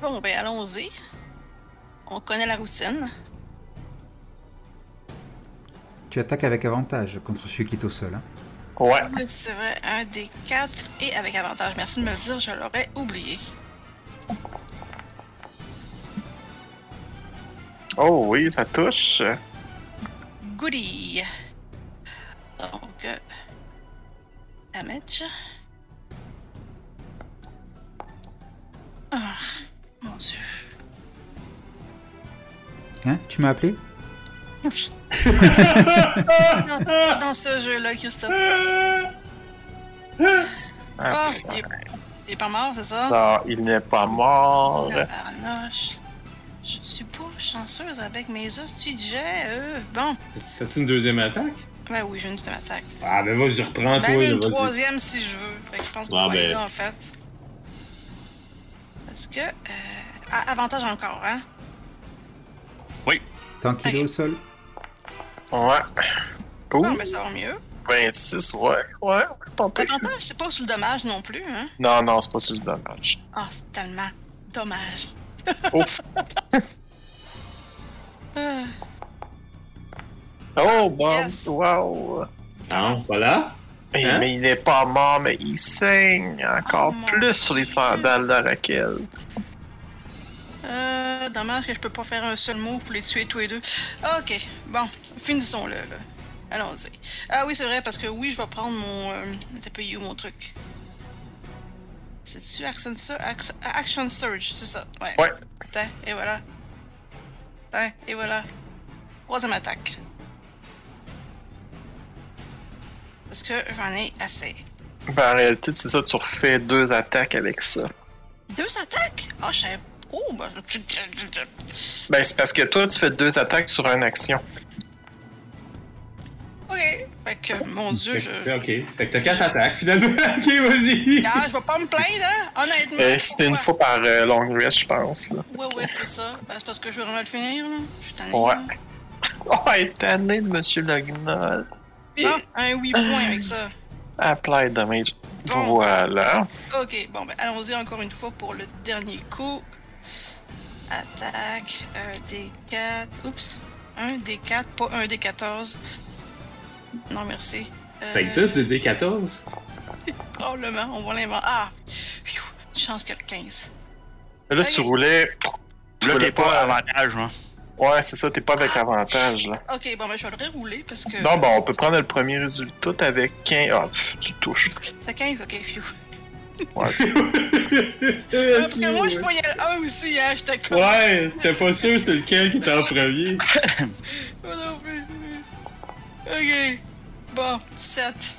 E: Bon, ben allons-y. On connaît la routine.
D: Tu attaques avec avantage contre celui qui est au sol. hein.
A: Ouais,
E: C'est vrai, un des quatre et avec avantage. Merci de me le dire, je l'aurais oublié.
A: oh oui, ça touche.
E: Goody! Donc, euh, damage. Ah, mon [LAUGHS] dieu.
D: Hein Tu m'as appelé
E: Pas dans, pas dans ce jeu-là, Christophe. Ah,
A: Ah,
E: il, est, il est pas mort, c'est ça?
A: ça, il n'est pas mort.
B: euh,
E: Ah, non, je, je suis pas chanceuse avec mes hosties de jet, euh. Bon,
B: T'as-tu une deuxième attaque?
E: ben oui, j'ai une ultime attaque.
B: Ah, ben vas-y, reprends-toi.
E: Même
B: là,
E: une
B: vas-y.
E: troisième si je veux. Fait que je pense qu'on
B: Ah,
E: va
B: ben.
E: aller là en fait. Parce que. euh, ah, avantage encore, hein?
D: Tant qu'il est au sol.
A: Ouais. Ouh,
E: Ah. Non, mais ben, ça va mieux.
A: 26, ouais, ouais, pas pire.
E: Avantage, c'est pas sous le dommage non plus, hein?
A: Non, non, c'est pas sur le dommage.
E: Ah, c'est tellement dommage.
A: Ouf.
E: Euh,
A: Oh, wow,
E: Yes.
A: wow.
B: Non, voilà.
A: Mais,
B: Hein?
A: mais il n'est pas mort, mais il saigne encore
E: Oh, mon
A: plus sur les
E: Dieu.
A: sandales de Raquel.
E: euh, dommage que je peux pas faire un seul mot pour les tuer tous les deux. Ok, bon, finissons-le, là. Allons-y. Ah oui, c'est vrai, parce que oui, je vais prendre mon. Euh, t'as payé où mon truc? C'est-tu Action, Sur- Ax- Action Surge? C'est ça, ouais.
A: Ouais.
E: Tiens, et voilà. Tiens, et voilà. Troisième attaque. Parce que j'en ai assez.
A: Ben, en réalité, c'est ça, tu refais deux attaques avec ça.
E: Deux attaques? Ah, je savais. Oh, ben.
A: Ben, c'est parce que toi, tu fais deux attaques sur une action.
E: [LAUGHS] Ok. Fait que, mon dieu, je.
B: Fait- Ok, fait que t'as quatre attaques finalement. [LAUGHS] ok, vas-y.
E: Ah, je vais pas me plaindre, hein? Honnêtement.
A: Euh, c'est une
E: pourquoi?
A: fois par euh, long rest, je pense. là.
E: Ouais, ouais, c'est ça. Ben, c'est parce que je veux vraiment le finir, là. Je suis tanné.
A: Ouais.
E: là.
A: [LAUGHS] Oh, elle est tannée de Monsieur Lognol. Ah.
E: Ah, un 8 points avec ça.
A: Apply damage.
E: Bon.
A: Voilà.
E: Ok, bon, ben, allons-y encore une fois pour le dernier coup. Attaque, un D4. Oups. Un D4, pas un D14. Non, merci. Euh,
B: Ça existe, le D14?
E: Probablement, on va l'inventer. Ah! Pfiou, chance que le 15.
A: Là, tu
E: Ok.
A: roulais. tu
C: Là,
A: roulais
C: t'es pas à avantage, hein.
A: Ouais, c'est ça, t'es pas avec avantage, là.
E: Ok, bon, ben, je vais le rerouler parce que.
A: Non, bon, on peut prendre le premier résultat avec 15. Ah, pff, tu touches.
E: C'est 15, ok, pfiou.
A: Ouais, tu-
E: Ouais, Euh, parce que moi, je voyais le 1 aussi, hein, j'étais con.
B: Euh, Ouais, t'es pas sûr c'est lequel qui était en premier.
E: Moi non plus. Ok. Bon, 7.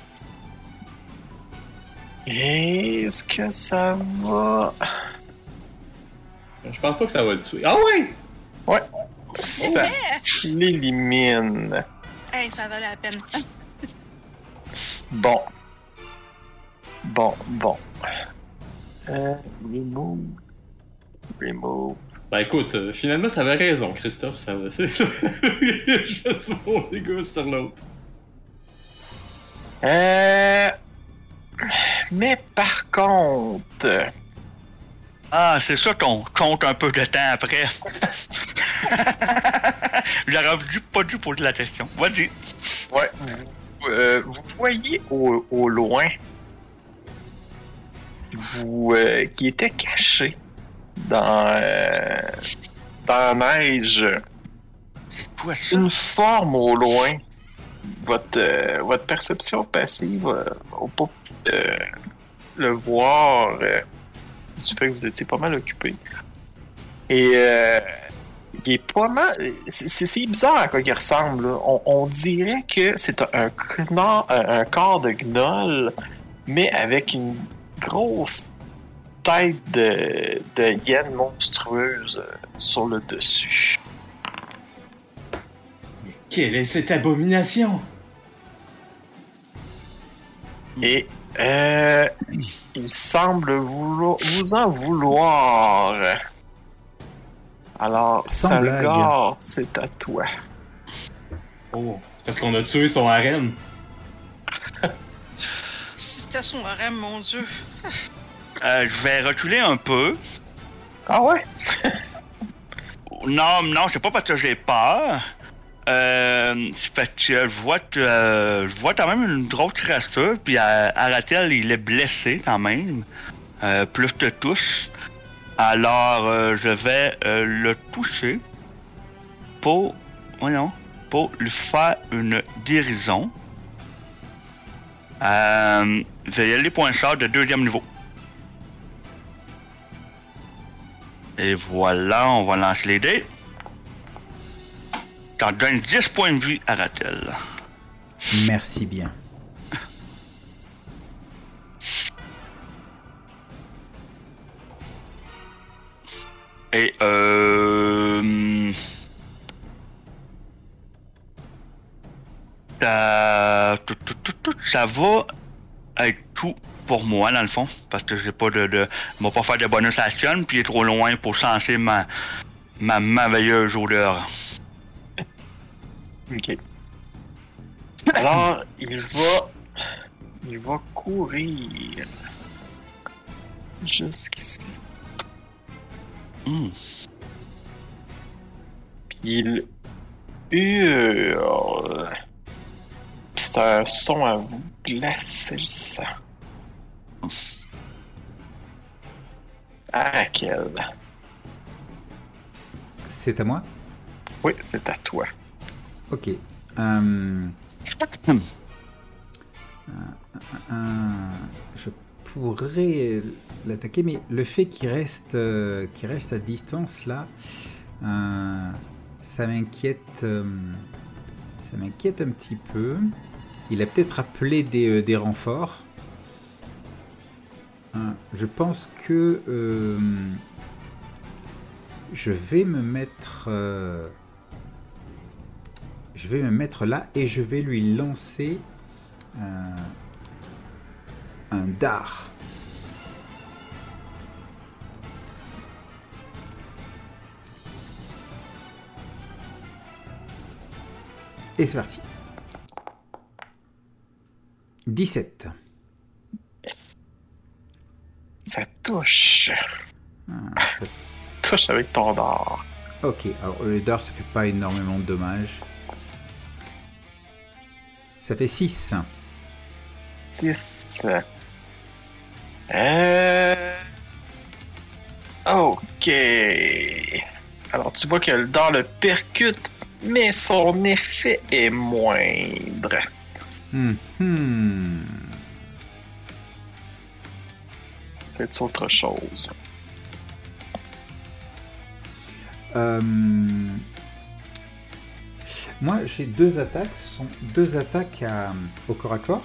A: Est-ce que ça va?
B: Je pense pas que ça va le tuer. Ah ouais!
A: Ouais. Ça l'élimine.
E: Hey, ça valait la peine.
A: Bon. Bon, bon. Euh, remove. Remove.
B: Ben écoute, euh, finalement t'avais raison, Christophe, ça va. [LAUGHS] c'est- je fais souvent des gars sur l'autre.
A: Euh... Mais par contre,
C: Ah, c'est ça qu'on compte un peu de temps après. [LAUGHS] J'aurais dû- pas dû poser la question. Vas-y.
A: ouais, vous, euh, vous voyez au, au loin qui vous euh, qui était caché dans euh, dans la neige.
C: Quoi ça?
A: Une forme au loin. Votre euh, votre perception passive euh, au pas pu, euh, le voir euh, du fait que vous étiez pas mal occupé. Et euh, il est pas mal. C'est c'est bizarre à quoi il ressemble. là. On, on dirait que c'est un, un, gno- un un corps de gnoll, mais avec une grosse tête de, de hyène monstrueuse euh, sur le dessus.
B: Quelle est cette abomination?
A: Et euh, il semble vouloir, vous en vouloir. Alors,
D: Sans
A: Salgar, c'est à toi.
B: Oh. C'est parce qu'on a tué son harem.
E: Si c'était son harem, mon dieu.
C: Euh, je vais reculer un peu.
A: Ah ouais?
C: Non, non, c'est pas parce que j'ai peur. Euh, c'est parce que je vois, que, euh, je vois quand même une drôle de rassure, puis à, à Ratel, il est blessé quand même, euh, plus que tous. Alors, euh, je vais euh, le toucher pour, voyons, pour lui faire une guérison. Euh, je vais y aller pour un char de deuxième niveau. Et voilà, on va lancer les dés. T'en donnes 10 points de vue à Ratel.
D: Merci bien.
C: Et euh... Ça... tout, tout, tout, tout, ça va être tout pour moi, dans le fond. Parce que j'ai pas de... de... On va pas faire de bonus action, puis il est trop loin pour senser ma... Ma merveilleuse odeur.
A: Ok. Alors, il va. Il va courir. Jusqu'ici.
C: Hmm.
A: Puis il hurle. Puis C'est un son à vous glacer le sang. Ah, quel.
D: C'est à moi
A: Oui, c'est à toi.
D: Ok. Hum. Hum, hum, Euh, je pourrais l'attaquer, mais le fait qu'il reste, euh, qu'il reste à distance là, euh, ça m'inquiète. euh, ça m'inquiète un petit peu. Il a peut-être appelé des, euh, des renforts. Hein, je pense que euh, je vais me mettre. euh, je vais me mettre là et je vais lui lancer euh, un dard. Et c'est parti. 17.
A: Ça touche.
D: Ah, ça-
A: Touche avec ton dard.
D: Ok, alors le dard ça fait pas énormément de dommages. Ça fait 6.
A: 6. Euh... Ok. Alors tu vois que le dard le percute, mais son effet est moindre.
D: Hmm, Mhm.
A: C'est autre chose.
D: Euh, Moi, j'ai deux attaques. Ce sont deux attaques à- au corps à corps.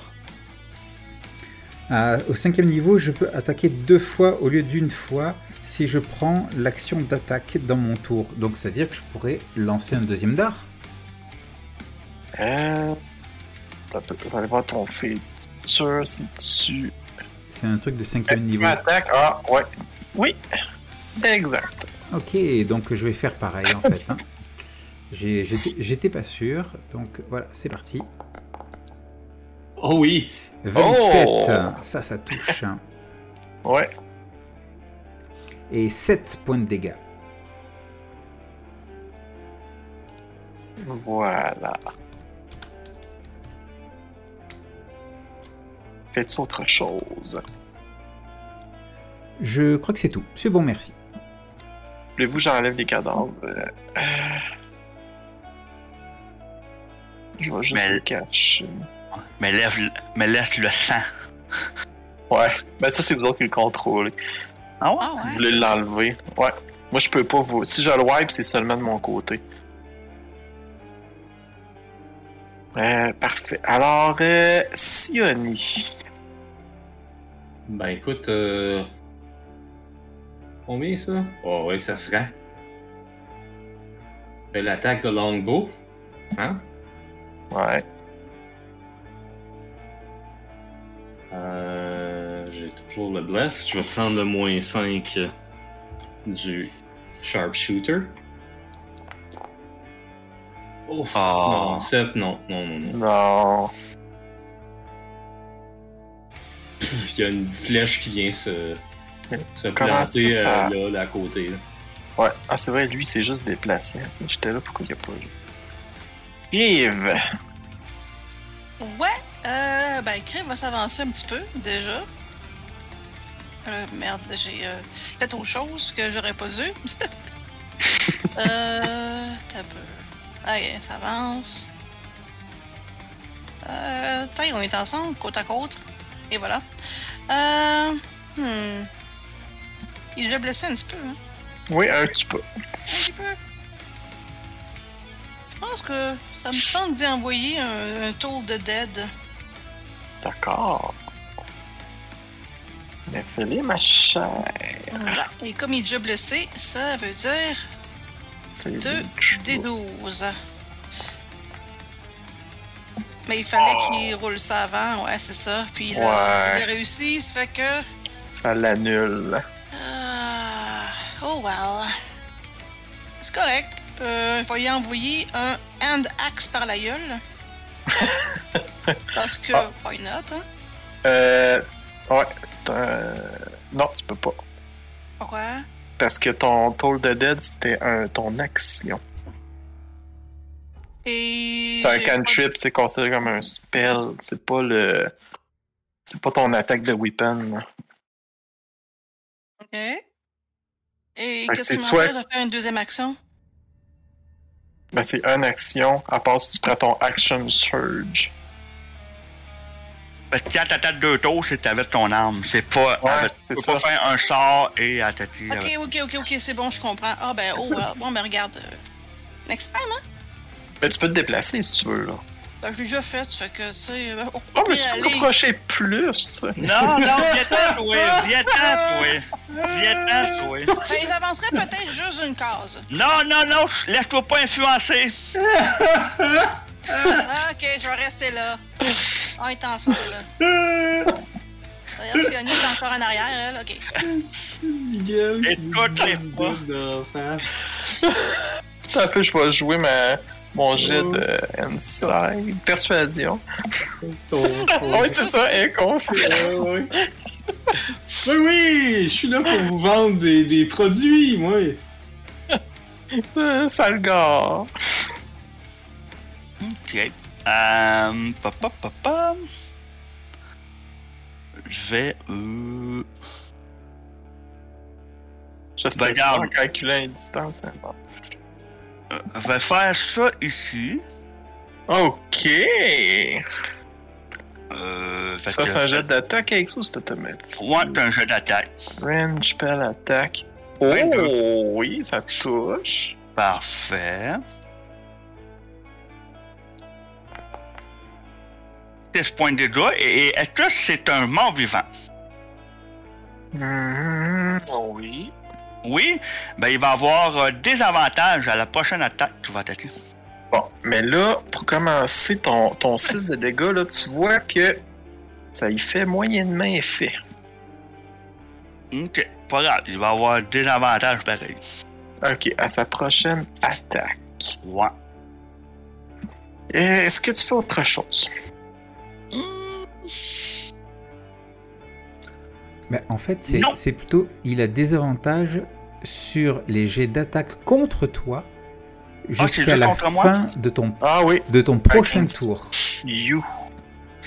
D: À- au cinquième niveau, je peux attaquer deux fois au lieu d'une fois si je prends l'action d'attaque dans mon tour. Donc, c'est-à-dire que je pourrais lancer un deuxième dard.
A: Euh... T'as peut- T'as aller voir ton feature si tu...
D: C'est un truc de cinquième
A: Tu
D: niveau.
A: m'attaques. Ah, ouais. Oui. Exact.
D: Ok, donc je vais faire pareil en fait. hein. J'ai- J'étais j'étais pas sûr. Donc voilà, c'est parti.
B: Oh oui!
D: 27,
A: Oh
D: ça, ça touche. hein.
A: Ouais.
D: Et 7 points de dégâts.
A: Voilà. Faites autre chose.
D: Je crois que c'est tout. C'est bon, merci.
A: Voulez-vous que j'enlève les cadavres? Euh, euh. Je vais juste
C: Mais-
A: le cacher.
C: Mais lève, le- mais laisse le sang.
A: Ouais, ben ça c'est vous autres qui le contrôlez.
C: Ah ouais?
E: Ah
A: Vous
E: ouais?
A: voulez l'enlever. Ouais. Moi je peux pas vous. Si je le wipe, c'est seulement de mon côté. Euh, parfait. Alors, euh, Sioni.
B: Ben écoute, euh... combien ça? Oh oui, ça sera. Fait L'attaque de Longbow. Hein?
A: Ouais.
B: Euh, J'ai toujours le bless. Je vais prendre le moins 5 du sharpshooter. Oh,
C: Ah.
B: non, 7, non, non, non, non.
A: Non.
B: Pff, Il y a une flèche qui vient se, se
A: Comment
B: planter
A: ça, ça-
B: euh, là, là, à côté. là.
A: Ouais. Ah, c'est vrai, lui, c'est juste déplacé. J'étais là, pourquoi il a pas joué? Yves!
E: Ouais, euh, ben, Crave va s'avancer un petit peu, déjà. Euh, merde, j'ai euh, fait autre chose que j'aurais pas dû. [LAUGHS] euh, t'as peu. Allez, ça avance. Euh, tiens, on est ensemble, côte à côte. Et voilà. Euh, hmm. Il est déjà blessé un petit peu, hein?
A: Oui, un petit peu.
E: Un petit peu. Je pense que ça me tente d'y envoyer un, un tool de dead.
A: D'accord. Mais fais-les, ma chère.
E: Voilà. Et comme il est déjà blessé, ça veut dire
A: C'est
E: Deux
A: des
E: D12. Mais il fallait
A: Oh.
E: qu'il roule ça avant, ouais, c'est ça. Puis là, il a
A: Ouais,
E: réussi, ça fait que.
A: ça l'annule.
E: Ah, oh well. C'est correct. Euh, il va y envoyer un hand axe par la
A: [LAUGHS]
E: gueule. Parce que,
A: Ah.
E: why not, hein?
A: Euh. Ouais, c'est un. Non, tu peux pas.
E: Pourquoi?
A: Parce que ton Toll de Dead, c'était un, ton action.
E: Et.
A: C'est un
E: j'ai pas-
A: cantrip, c'est considéré comme un spell. C'est pas le. C'est pas ton attaque de weapon. là.
E: Ok. Et
A: que
E: qu'est-ce
A: c'est
E: qui
A: soit-
E: m'empêche de faire une deuxième action?
A: Ben, c'est une action, à part si tu prends ton action surge.
C: Parce que quand t'attaques deux tours, c'est avec ton arme. C'est pas.
A: Ouais,
C: avec-
A: c'est
C: tu peux
A: ça.
C: pas faire un sort et attaquer.
E: Ok,
C: avec-
E: ok, ok, ok, c'est bon, je comprends. Ah ben, oh well. Bon, ben regarde. euh, next time, hein?
A: Mais Ben, tu peux te déplacer si tu veux, là.
E: Ben, je l'ai déjà fait, ça fait que, tu sais... euh, au
A: Oh, mais
E: pire,
A: tu peux
E: allez.
A: t'approcher plus, tu sais.
C: Non, non, viens-t'en, toi. Viens-t'en, toi. Viens-t'en, toi.
E: Ben, j'avancerai peut-être juste une case.
C: Non, non, non. Laisse-toi pas influencer.
E: Ah, ok, je vais rester là. On est ensemble, là.
A: Euh.
E: Regarde, si on est encore en arrière, elle, ok.
C: Et toutes les fois.
A: Attends un peu, je vais jouer ma... mon jet
E: Oh.
A: de Inside. Persuasion.
E: Oh.
A: Oui, c'est ça, et
E: [LAUGHS]
A: confus.
B: Euh, Oui, oui, je suis là pour vous vendre des, des produits, moi.
A: Euh, Sale gars.
C: Ok. Euh, pa, pa, pa, pa. Je vais. Euh...
A: J'espère que tu
C: Regarde.
A: vas calculer à une distance. hein.
C: euh, Je vais faire ça ici.
A: Ok! Tu
C: Euh, fait
A: fasses
C: que-
A: un jet d'attaque avec ça ou c'est automatique?
C: Ouais, c'est un jeu d'attaque.
A: Range spell attack.
C: Vingt-deux.
A: Oh oui, ça touche.
C: Parfait. C'est ce point de dégâts. Et, et est-ce que c'est un mort vivant?
A: Mhm. Oh Oui.
C: Oui. Ben, il va avoir euh, des avantages à la prochaine attaque que tu vas attaquer.
A: Bon, mais là, pour commencer ton, ton 6 de dégâts, là, tu vois que ça y fait moyennement effet.
C: Ok. Pas grave. Il va avoir des avantages pareil.
A: Ok, à sa prochaine attaque.
C: Ouais.
A: Euh, Est-ce que tu fais autre chose?
C: Hmm.
D: Mais en fait, c'est
C: Non.
D: c'est plutôt. Il a des avantages sur les jets d'attaque contre toi jusqu'à
C: Ah, juste
D: la
C: contre moi
D: fin de ton,
A: Ah oui,
D: de ton prochain
A: Against.
D: tour.
A: you.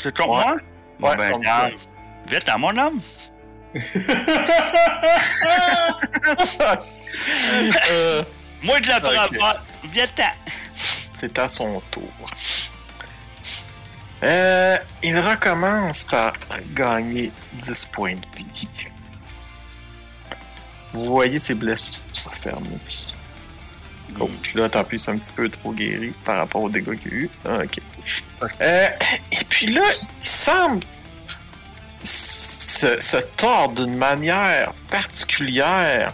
C: C'est contre
A: Ouais.
C: moi? Bon,
A: Ouais,
C: ben,
A: contre
C: garde. Vite à mon homme.
A: Ah! [LAUGHS] Euh,
C: Moi de la hein.
A: Ok.
C: bravoure. Viens-t'en.
A: C'est à son tour. Euh, il recommence par gagner 10 points de vie. Vous voyez ses blessures fermées. Oh, puis là, tant pis, c'est un petit peu trop guéri par rapport aux dégâts qu'il y a eu. Ah, Ok. Euh, et puis là, il semble se, se tordre d'une manière particulière.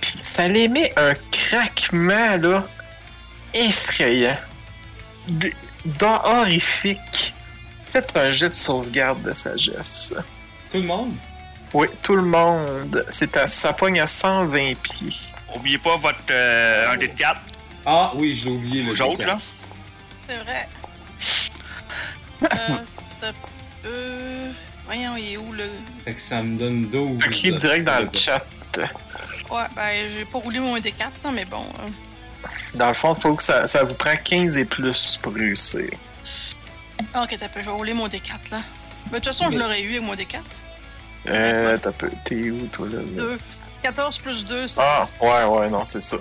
A: Puis ça l'émet un craquement, là effrayant, D- dent horrifique. Faites un jet de sauvegarde de sagesse.
B: Tout le monde?
A: Oui, tout le monde. C'est à, ça pogne à 120 pieds.
C: Oubliez pas votre euh, un des quatre,
B: Ah oui, je l'ai oublié. le
C: aux autres,
B: détail.
C: là.
E: C'est vrai. Euh, t'as- euh, voyons, il est où le.
B: Fait que ça me donne 12.
A: Je crie direct dans le chat.
E: Ouais, ben, j'ai pas roulé mon D4, non, mais bon. euh,
A: Dans le fond, faut que ça, ça vous prend 15 et plus pour réussir.
E: Ah, Ok, t'as peu, je vais rouler mon D4 là. Ben, de toute façon, je l'aurais eu avec mon D4.
A: Euh, t'as peu. T'es où, toi, là?
E: 2. 14 plus 2, c'est.
A: Ah, ouais, ouais, non, c'est ça.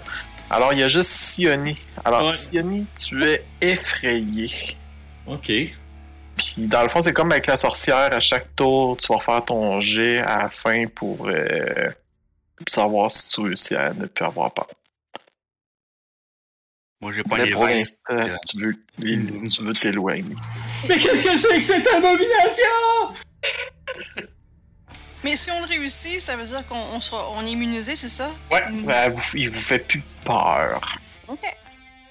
A: Alors, il y a juste Sioni. Alors,
B: Ouais.
A: Sioni, tu es effrayé.
B: Ok.
A: Puis dans le fond, c'est comme avec la sorcière, à chaque tour, tu vas faire ton jet à la fin pour euh, savoir si tu réussis à ne plus avoir peur.
C: Moi, j'ai pas
A: Mais
C: les
A: pour
C: vingt.
A: l'instant, tu veux tu veux t'éloigner.
B: Mais qu'est-ce que c'est que cette abomination?
E: Mais si on le réussit, ça veut dire qu'on on sera on est immunisé, c'est ça?
A: Ouais,
E: Mm.
A: ben, vous- il vous fait plus peur.
E: Ok.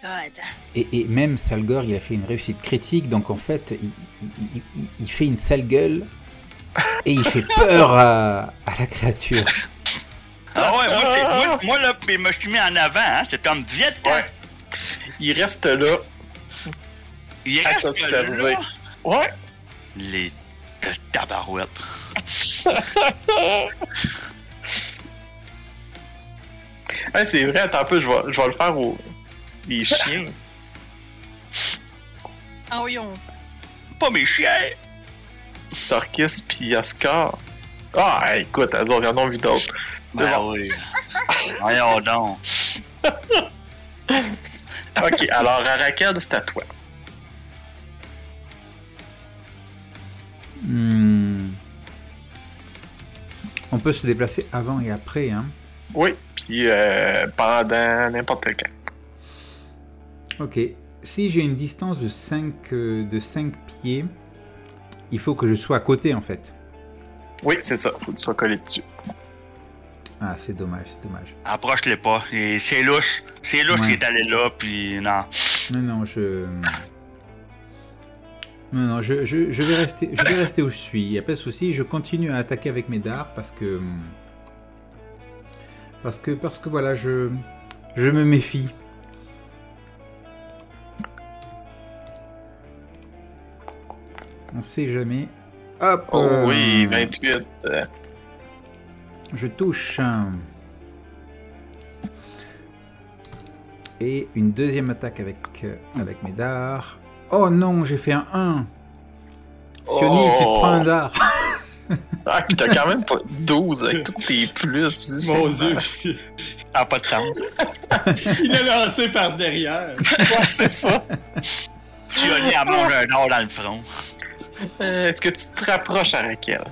E: God.
D: Et, et même Salgor, il a fait une réussite critique, donc en fait, il, il- il- il- il fait une sale gueule et
C: [LAUGHS]
D: il fait peur à, à la créature.
C: Ah ouais, moi, c'est- moi, moi, là, je me suis mis en avant, hein. C'est comme viens-t'en.
A: Ouais. Il reste là.
C: Il
A: À
C: reste
A: t'observer.
C: là.
A: Ouais.
C: Les de tabarouettes.
A: Hey, c'est vrai, attends un peu, je vais, je vais le faire aux les chiens.
E: Ah oui, on.
C: Pas mes chiens.
A: Torquis puis Oscar. Ah, écoute, elles ont regardons vite d'autres.
C: Ah oui. Voyons donc.
A: Ok, alors Arakel, c'est à toi.
D: Hmm. On peut se déplacer avant et après. Hein.
A: Oui, puis euh, pendant n'importe quand.
D: Ok. Si j'ai une distance de 5, de 5 pieds, il faut que je sois à côté en fait.
A: Oui, c'est ça. Faut que tu sois collé dessus.
D: Ah, c'est dommage, c'est dommage.
C: Approche-les pas. Et C'est louche. C'est louche
D: Ouais.
C: qui est allé là, puis non.
D: Non, non, je. Non, non, je, je- je vais rester, je vais rester où je suis. Il n'y a pas de souci. Je continue à attaquer avec mes dards parce que. Parce que, parce que voilà, je. Je me méfie. On sait jamais. Hop
A: Oh
D: euh,
A: oui, 28. euh,
D: Je touche. Et une deuxième attaque avec, euh, avec mes dards. Oh non, j'ai fait un 1. Sioni, tu te
A: Oh.
D: prends un dard.
A: Ah, puis t'as quand même pas 12 avec tous tes [LAUGHS] plus.
B: Mon dieu, [LAUGHS]
C: Ça n'a pas de sens.
B: il l'a lancé par derrière.
A: [LAUGHS] Ouais, c'est ça.
C: Tu as mis à manger un or dans le front.
A: Euh, Est-ce que tu te rapproches à Raquel?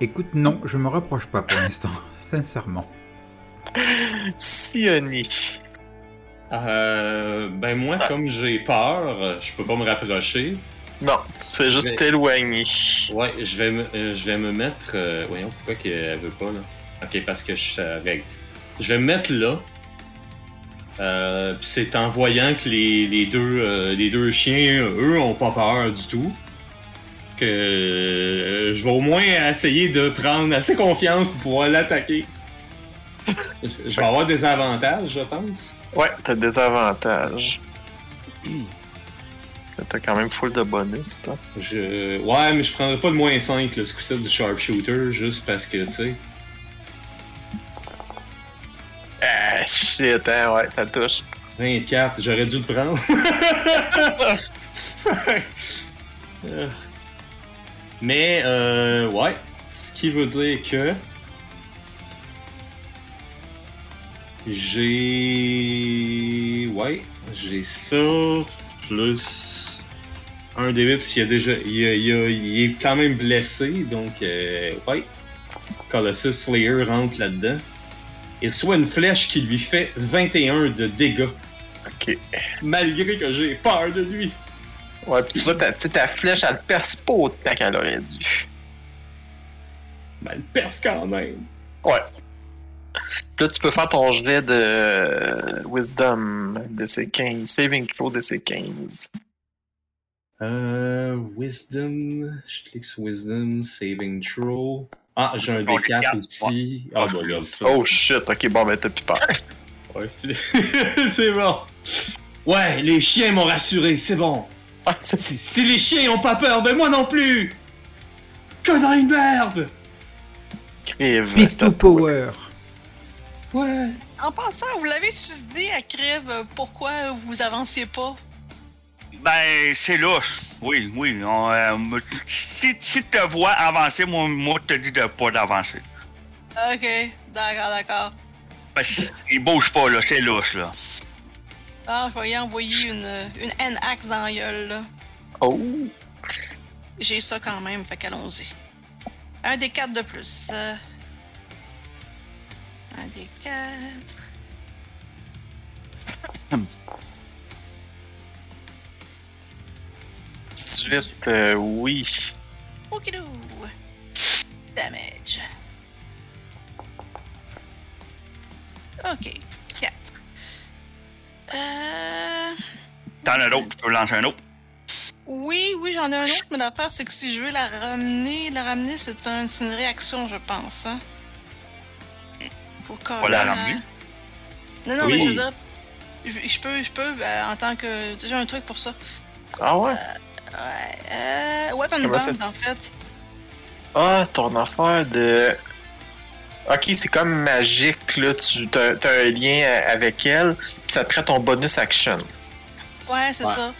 D: Écoute, non, je me rapproche pas pour l'instant, [LAUGHS] sincèrement.
A: Sioni.
B: Euh, ben moi, comme j'ai peur, euh, je peux pas me rapprocher.
A: Non, tu fais juste
B: Mais-
A: t'éloigner.
B: Ouais, je vais me, euh, je vais me mettre. euh, voyons pourquoi qu'elle veut pas là. Ok, parce que je suis sa règle. Je vais me mettre là. Euh, Puis c'est en voyant que les, les deux euh, les deux chiens, eux, ont pas peur du tout. Que euh, je vais au moins essayer de prendre assez confiance pour pouvoir l'attaquer. Je- je vais avoir des avantages, je pense.
A: Ouais, t'as des avantages. Hmm. T'as quand même full de bonus, toi.
B: Je... Ouais, mais je prendrais pas de moins 5 là, ce coup-ci du sharpshooter juste parce que, tu sais.
A: Ah, shit, hein, ouais, ça touche.
B: 24, j'aurais dû le prendre. [LAUGHS] Euh, Mais, euh, ouais. qui veut dire que j'ai ouais, j'ai ça plus un des 8 parce qu'il a déjà il, a- il a- il est quand même blessé donc euh, ouais. Colossus Slayer rentre là-dedans. Il reçoit une flèche qui lui fait 21 de dégâts
A: Ok.
B: malgré que j'ai peur de lui.
A: Ouais, pis tu vois, ta, tu sais, ta flèche, elle te perce pas autant qu'elle aurait dû.
B: Ben, elle perce quand même.
A: Ouais. Là, tu peux faire ton jet de euh, Wisdom DC 15, Saving Throw DC 15.
B: Euh, wisdom. Je clique sur wisdom, saving throw. Ah, j'ai un
C: Oh,
B: D4
C: regarde.
B: aussi. Ah, bah, regarde ça.
A: Oh shit, ok, bon, ben t'as plus peur.
B: Ouais, c'est [LAUGHS] c'est bon. Ouais, les chiens m'ont rassuré, c'est bon.
A: Ah, ça,
B: Si,
A: c'est-
B: si les chiens ont pas peur, ben moi non plus. Que dans une merde.
A: Crive. c'est à
D: P2
A: toi.
D: Power.
B: Ouais.
E: En passant, vous l'avez susdé à Crève euh, pourquoi vous avanciez pas?
C: Ben, c'est louche. Oui, oui. on, euh, me- si, si te vois avancer, moi, moi, je te dis de pas d'avancer.
E: Ok, d'accord, d'accord.
C: Parce qu'il Ben, bouge pas, là. C'est louche, là.
E: Ah, je vais y envoyer une, euh, une N-axe dans la gueule, là.
A: Oh,
E: J'ai ça quand même, fait qu'allons-y. Un des quatre de plus. Euh, Un des quatre.
A: suite, euh, oui.
E: Okidoo! Damage. Ok, 4. Euh.
C: T'en as d'autres, tu peux lancer un autre.
E: Oui, oui, j'en ai un autre, mais l'affaire, c'est que si je veux la ramener, la ramener, c'est un- c'est une réaction, je pense. Hein? Pour
C: Pas la ramener?
E: Non, non,
B: Oui.
E: mais je veux dire, je, je peux, je peux, euh, en tant que. tu sais, J'ai un truc pour ça.
A: Ah ouais?
E: Ouais, euh, weapon
A: Comment ça
E: bombs,
A: se-
E: en fait.
A: Ah, ton affaire de. Ok, c'est comme magique, là. Tu as, un lien a- avec elle, puis ça te prend ton bonus action.
E: Ouais, c'est
B: Ouais.
E: ça.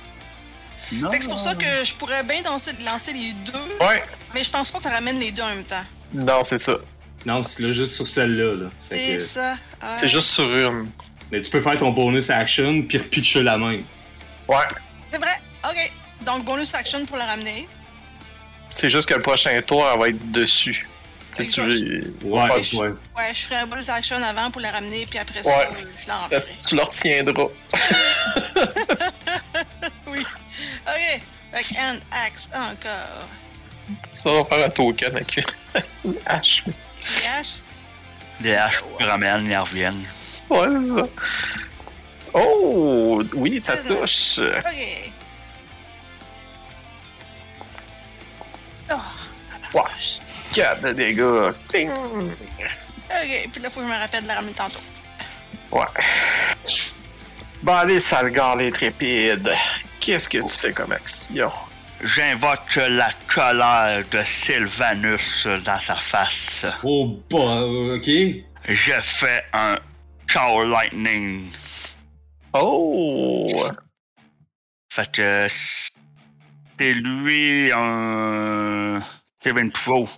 E: Fait que c'est pour ça que je pourrais bien danser- lancer les deux,
A: Ouais.
E: mais je pense pas que tu ramènes les deux en même temps.
A: Non, c'est ça.
B: Non, c'est là juste sur celle-là. Là. Fait
E: C'est
B: que-
E: ça. ouais.
A: C'est juste sur une.
B: mais tu peux faire ton bonus action puis repitcher la main.
A: Ouais.
E: C'est vrai. Ok. Donc, bonus action pour la ramener.
A: C'est juste que le prochain tour, elle va être dessus. Tu sais, tu veux-
B: Ouais,
A: Ouais,
B: ouais.
A: je-
E: Ouais, je ferai un bonus action avant pour la ramener, puis après
A: Ouais.
E: ça, je l'enverrai.
A: euh, Tu le retiendras.
E: Oui. OK. Avec un axe encore.
A: Ça va faire un token avec une [LAUGHS] hache.
E: Yes.
C: Les haches qui ramènent, ils reviennent.
A: Ouais, c'est ça. Oh, oui, ça touche.
E: OK. Oh.
A: Wow. 4 de dégâts. Ting.
E: OK. Puis là, faut que je me rappelle de la ramener tantôt.
A: Ouais. Bon, allez, sale gars, les trépides. Qu'est-ce que tu fais comme action?
C: J'invoque la colère de Sylvanus dans sa face.
B: Oh, bah, ok.
C: Je fais un Cow Lightning.
A: Oh!
C: Fait que c'est lui un Kevin Pro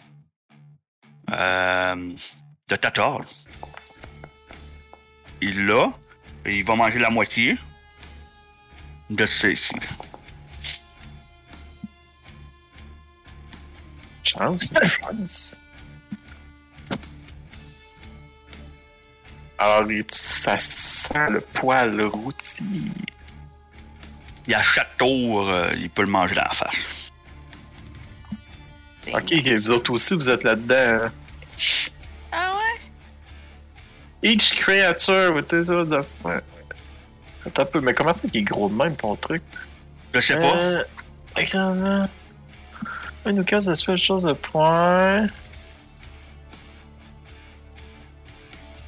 C: euh, de 14. Il l'a. et Il va manger la moitié de ceci.
A: Chance, chance. Alors, et tu- ça sent le poil rôti.
C: Et à chaque tour, euh, il peut le manger dans la face.
E: C'est-
A: Ok, vous autres aussi, vous êtes là-dedans. hein.
E: Ah ouais?
A: Each creature with his own... Ouais. Attends un peu, mais comment ça qu'il est gros de même, ton truc?
C: Je sais pas.
A: Euh, également, Il nous casse de special de points.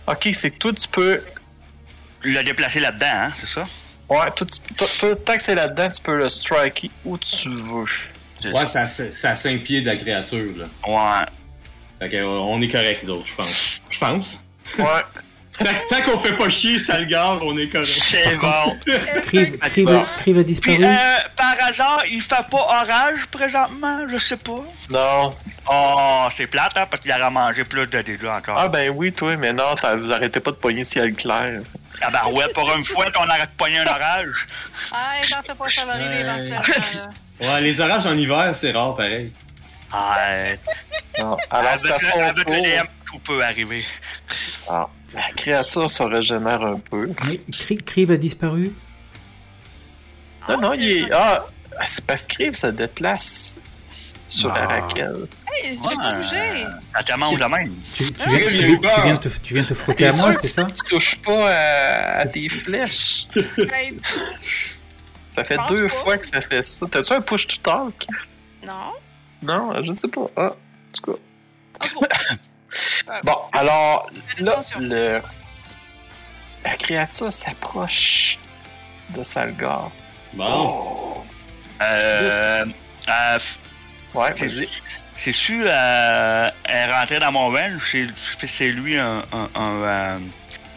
A: Ok, c'est que toi, tu peux.
C: Il l'a déplacé là-dedans, hein, c'est ça?
A: Ouais, toi, tu- toi- toi, tant que c'est là-dedans, tu peux le striker où tu veux.
C: C'est
B: Ouais,
C: ça.
B: ça, ça 5 pieds de la créature. Là.
C: Ouais.
B: Fait que, euh, on est correct, d'autres, je pense. Je pense.
A: Ouais.
B: Tant, tant qu'on fait pas chier, sale gars, on est correct.
C: C'est bon.
D: Crive, Crive- Crive a
C: Puis,
D: disparu.
C: euh, par hasard, il fait pas orage présentement, je sais pas.
A: Non.
C: Oh, c'est plate, hein, parce qu'il a mangé plus de dégâts encore.
A: Ah ben oui, toi, mais non, t'as- vous arrêtez pas de pogner ciel clair.
C: Ah ben ouais, pour une fois qu'on arrête de pogner un orage.
E: Ah, t'en fais pas, ça va arriver
B: Ouais.
E: éventuellement. là.
B: Ouais, les orages en hiver, c'est rare pareil.
C: Ouais.
A: Non. Alors, c'est à
C: avec le,
A: son
C: avec le
A: tour.
C: DM, tout peut arriver.
A: Ah, La créature se régénère un peu.
D: Mais Cri- Crive a disparu.
A: Non, non, il est. Ah, c'est parce que Crive se déplace sur la
D: Ah.
A: raquelle.
E: Hey, j'ai pas
C: Ouais.
E: bougé!
C: Ça te mange de même.
D: Tu, tu
E: Ah,
D: viens,
B: il a
D: tu-
B: eu peur.
D: tu viens te, tu viens te frotter
A: T'es
D: à moi,
A: sûr
D: c'est
A: que
D: ça
A: Tu touches pas à, à des flèches.
E: Hey,
A: Ça fait
E: Je pense
A: deux
E: pas.
A: fois que ça fait ça. T'as-tu un push to talk?
E: [LAUGHS] non? Ah,
A: Non, je sais pas. Ah, en tout cas.
E: En tout cas,
A: Bon, alors, là,
E: attention.
A: le... la créature s'approche de Salgar.
B: Bon.
D: Oh.
C: Euh. euh, f-
A: Oh. Ouais,
C: c'est-
A: vas-y.
C: C'est sûr, euh, elle rentrait dans mon van, c'est c'est lui un, un, un, euh,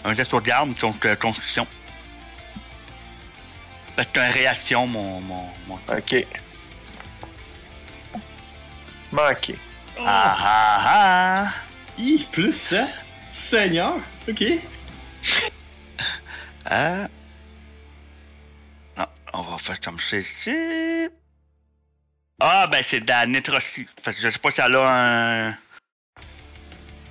C: un geste de garde contre euh, constitution. C'est une réaction, mon. mon, mon...
A: Ok. Manqué.
C: Ah ah
B: I plus 7. Seigneur. Ok.
C: ah! Euh... Non, on va faire comme ça ici. Ah, ben c'est de la nitrocie. Fait que je sais pas si elle a un.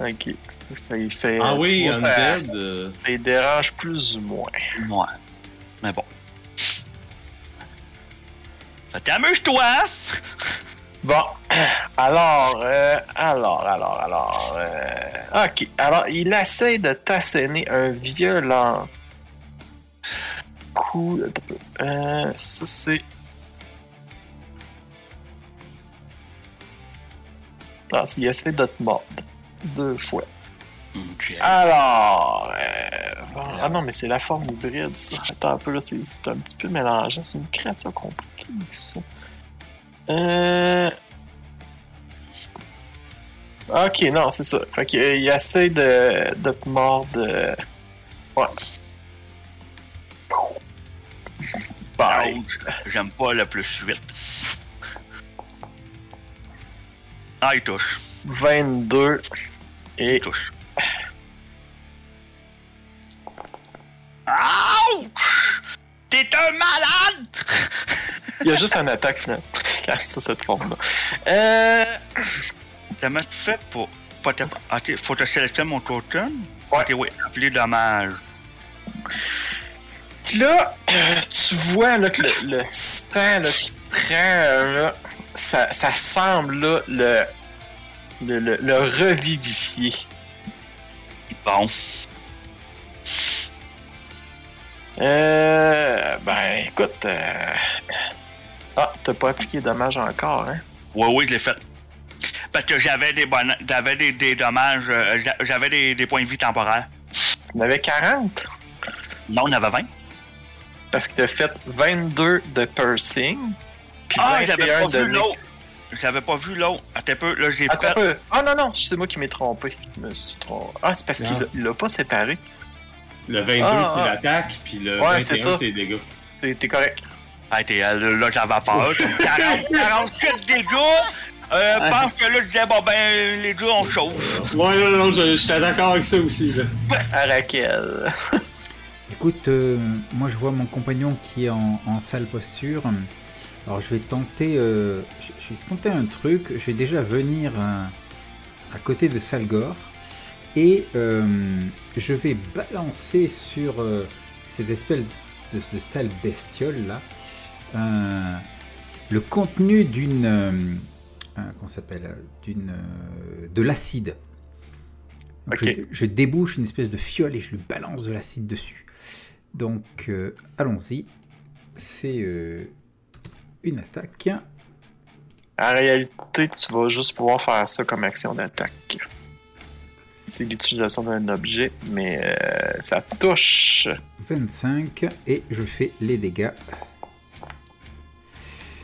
A: Ok. Ça y fait.
B: Ah
A: Euh, tu
B: oui,
A: vois, ça,
B: Undead. euh,
A: ça y dérange plus ou moins.
C: Ouais. Mais bon. Fait t'amuse-toi!
A: Bon, [CLEARS THROAT] alors, euh, alors, alors, alors. euh, ok, alors il essaie de t'asséner un violent coup. Euh, ça c'est. Non, Ah, il essaie de te mordre deux fois.
C: Ok.
A: Alors, euh, bon, ah non, mais c'est la forme hybride, ça. Attends un peu, là, c'est c'est un petit peu mélangé. C'est une créature compliquée, ça. Euh... Ok, non, c'est ça. Fait que, euh, il essaie de, de te mordre. euh, Ouais. Bye.
C: Ouch. J'aime pas le plus vite. Ah, il touche.
A: 22 et
C: Il touche. Ouch! T'es un malade!
A: il y a juste un attaque finalement. [LAUGHS] Ah, ça, cette forme-là. Euh...
C: Comment tu fais pour. pas te- Ah, t'es- faut te sélectionner mon totem?
A: Ouais.
C: Ok, oui, appelé dommage.
A: Puis là, euh, tu vois là, que le, le sang là, qui prend, euh, là, ça, ça semble là, le, le, le, le revivifier.
C: Bon.
A: Euh, ben écoute. euh, Ah, t'as pas appliqué dommage encore, hein?
C: Ouais, oui, je l'ai fait. Parce que j'avais des bonnes. J'avais des, des dommages. euh, j'a- j'avais des, des points de vie temporaires.
A: Tu en avais 40
C: Non, on avait 20.
A: parce que t'as fait 22 de piercing. Puis
C: Ah, j'avais
A: 21
C: pas
A: de.
C: vu
A: nick.
C: l'autre. J'avais pas vu l'autre. Attends un peu, là, j'ai
A: Attends un
C: fait.
A: peu. Ah non, non, c'est moi qui m'ai trompé. Je me suis trompé. Ah, c'est parce
B: Non.
A: qu'il l'a- il l'a pas séparé.
B: Le 22,
A: Ah,
B: c'est
A: ah.
B: l'attaque, puis le
A: Ouais, c'est
B: 21,
A: ça.
B: c'est les dégâts.
A: C'est- T'es correct.
C: Ah, t'es, euh, là, j'avais peur. 40, 47 dégâts. Euh, pense que là, je disais, bon, ben, les deux, on chauffe.
B: Ouais, non, non, je- j'étais d'accord avec ça aussi, là.
A: À Raquel.
D: Écoute, euh, moi je vois mon compagnon qui est en, en sale posture. Alors je vais tenter, euh, je, je vais tenter un truc. Je vais déjà venir euh, à côté de Salgor et euh, je vais balancer sur euh, cette espèce de, de sale bestiole là euh, le contenu d'une, euh, euh, comment ça s'appelle, euh, d'une, euh, de l'acide. Donc,
A: Ok.
D: je, je débouche une espèce de fiole et je lui balance de l'acide dessus. Donc, euh, allons-y. C'est euh, une attaque.
A: En réalité, tu vas juste pouvoir faire ça comme action d'attaque. C'est l'utilisation d'un objet, mais euh, ça touche.
D: 25 et je fais les dégâts.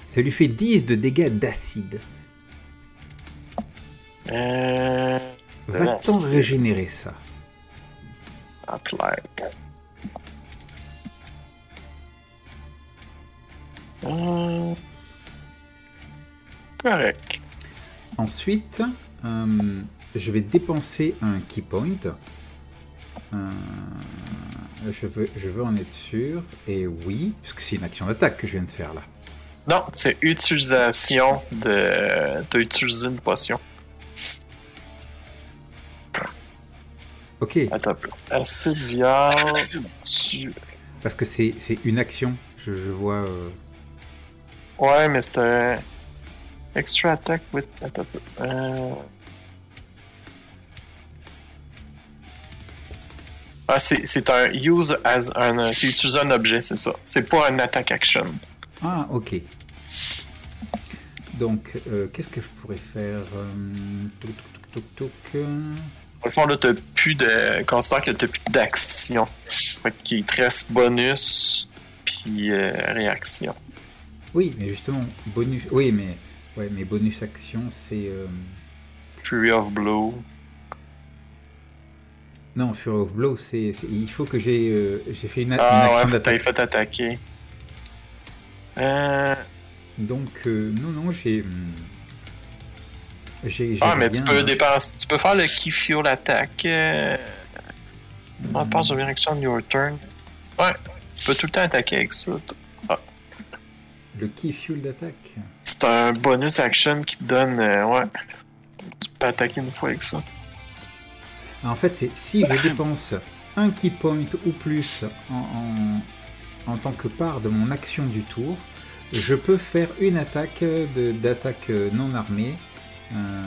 D: Ça lui fait 10 de dégâts d'acide.
A: Euh,
D: Va-t-on
A: L'acide.
D: régénérer ça
A: Athlète. Hum. Correct.
D: Ensuite, euh, je vais dépenser un key point. Euh, je, veux, je veux en être sûr. Et oui, parce que c'est une action d'attaque que je viens de faire là.
A: Non, c'est utilisation de. T'as utilisé une potion.
D: Ok,
A: Attends un peu. Acide viande. tu-
D: parce que c'est c'est une action. Je, je vois. euh,
A: Ouais, mais c'est un. Extra attack with. Attends un peu. Euh... Ah, c'est c'est un use as un. euh, C'est utiliser un objet, c'est ça. C'est pas un attack action.
D: Ah, ok. Donc, euh, qu'est-ce que je pourrais faire Euh, touc, touc, touc, touc, touc, euh,
A: Dans le fond, là, t'as plus de. Considère que t'as plus d'action. Fait qu'il te reste bonus, puis euh, réaction.
D: Oui, mais justement, bonus. Oui, mais, ouais, mais bonus action, c'est. euh,
A: Fury of Blow.
D: Non, Fury of Blow, c'est. c'est- Il faut que j'ai euh, j'ai fait une, a- une
A: Ah
D: action
A: ouais, faut t'ailles
D: d'attaque.
A: fait attaquer. Euh,
D: Donc, euh, non, non, j'ai. hum, J'ai.
A: Ah,
D: j'avais
A: mais tu
D: bien,
A: peux
D: euh,
A: dépenser. Tu peux faire le Key Fuel Attack. Euh... On passe au direction de your turn. Ouais, tu peux tout le temps attaquer avec ça.
D: Le key fuel d'attaque.
A: C'est un bonus action qui te donne. euh, ouais. Tu peux attaquer une fois avec ça.
D: En fait, c'est si je dépense un key point ou plus en, en, en tant que part de mon action du tour, je peux faire une attaque de- d'attaque euh, non armée. Euh,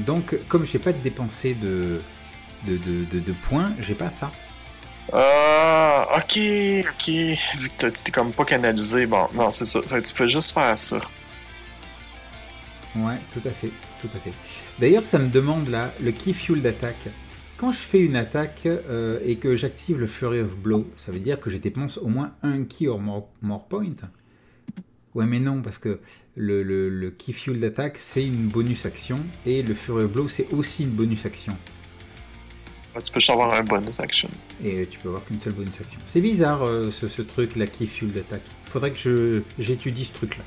D: donc, comme j'ai pas de dépensé de, de, de, de, de points, j'ai pas ça.
A: Ah, ok, ok. Vu que t'as- tu t'es comme pas canalisé, bon, non, c'est ça. Ça fait que Tu peux juste faire ça.
D: Ouais, tout à fait, tout à fait. D'ailleurs, ça me demande là le key fuel d'attaque. Quand je fais une attaque euh, et que j'active le Flurry of Blow, ça veut dire que je dépense au moins un key or more, more point. Ouais, mais non, parce que le, le- le key fuel d'attaque, c'est une bonus action et le Flurry of Blow, c'est aussi une bonus action.
A: Ouais, Tu peux juste avoir un bonus action.
D: Et tu peux avoir qu'une seule bonus action. C'est bizarre euh, ce, ce truc, la key fuel d'attaque. Faudrait que je j'étudie ce truc là.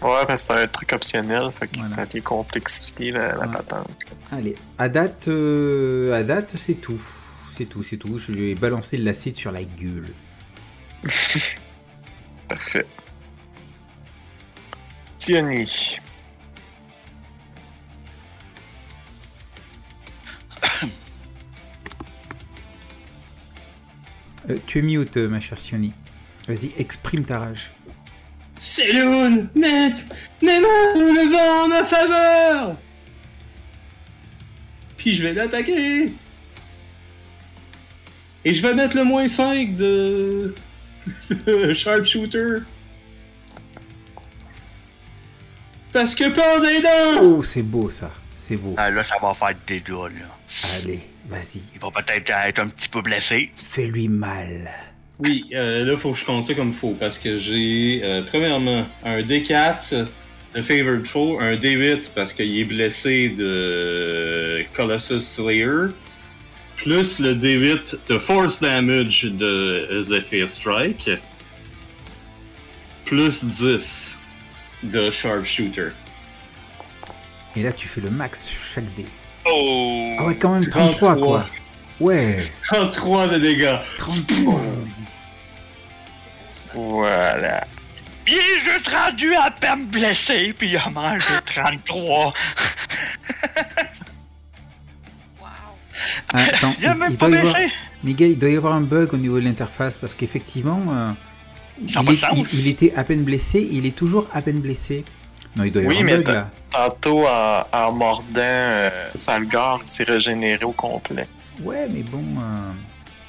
A: Ouais, parce que c'est un truc optionnel, fait que
D: Voilà.
A: ça vient complexifier la, la
D: Ouais.
A: patente.
D: Allez, à date, euh, à date, c'est tout. C'est tout, c'est tout. Je lui ai balancé de l'acide sur la gueule.
A: Parfait. Tiani.
D: Euh, tu es mute, euh, ma chère Sioni. Vas-y, exprime ta rage.
B: C'est Céloun, mets, mes mains dans le vent en ma faveur Puis je vais l'attaquer Et je vais mettre le moins 5 de... de sharpshooter Parce que peur des dents
D: Oh, c'est beau ça. C'est beau.
C: Ah, là, ça va faire des dégâts, là.
D: Allez, vas-y,
C: Il va peut-être être un petit peu blessé.
D: fais-lui mal.
B: Oui, euh, là faut que je compte ça comme faut parce que j'ai euh, premièrement un D4 de Favored Foe, un D8 parce qu'il est blessé de Colossus Slayer, plus le D8 de Force Damage de Zephyr Strike, plus 10 de Sharpshooter.
D: Et là, tu fais le max sur chaque dé.
C: Oh!
D: Ah ouais, quand même 33, quoi. Ouais,
B: 33 de dégâts.
D: 33.
A: Voilà.
C: Il est juste rendu à peine blessé, puis il a mangé 33.
E: Wow.
D: Attends,
C: [LAUGHS] Il a même pas
D: doit y avoir-
C: blessé.
D: Miguel, il doit y avoir un bug au niveau de l'interface parce qu'effectivement, euh, il,
A: Ah, bah,
C: Ça a pas de
D: est- il-
C: sens.
D: il était à peine blessé, il est toujours à peine blessé. Non, il doit y
A: Oui,
D: avoir
A: mais
D: un bug
A: t'as-
D: là.
A: Tantôt, en, en mordant euh, Salgar, il s'est régénéré au complet.
D: Ouais, mais bon, euh,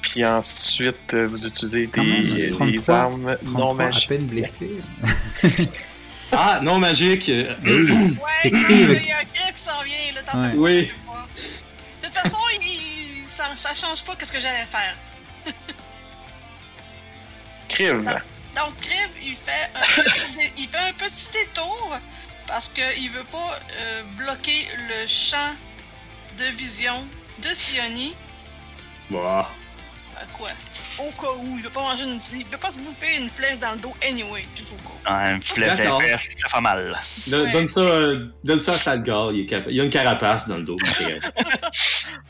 A: Puis ensuite, euh, vous utilisez
D: Quand
A: des, euh,
D: même, 33,
A: des armes
D: 33
A: non
D: à
A: magiques.
D: peine blessé.
B: Ah, non magique. euh,
E: Ouais,
D: C'est
E: il y a-
D: écrit,
E: il y a un grip qui s'en vient, là, t'en
D: Ouais.
E: fais pas,
B: Oui.
E: t'en fais pas. De toute façon, il- ça, ça change pas qu'est-ce que j'allais faire.
A: Crive.
E: Donc, Criv, il fait
D: [LAUGHS]
E: un, il fait un petit détour parce qu'il veut pas euh, bloquer le champ de vision de Sioni.
B: [CLEARS THROAT] Bah,
E: à quoi? Au cas où, il veut pas manger une. Il veut pas se bouffer une flèche dans le dos anyway, juste au cas où.
C: Ah, une flèche
B: D'accord.
C: d'inverse, ça fait mal.
B: Donne-
E: Ouais.
B: Donne ça, euh, donne ça à Salgar, il, est capa- il a une carapace dans le dos. mais c'est grave.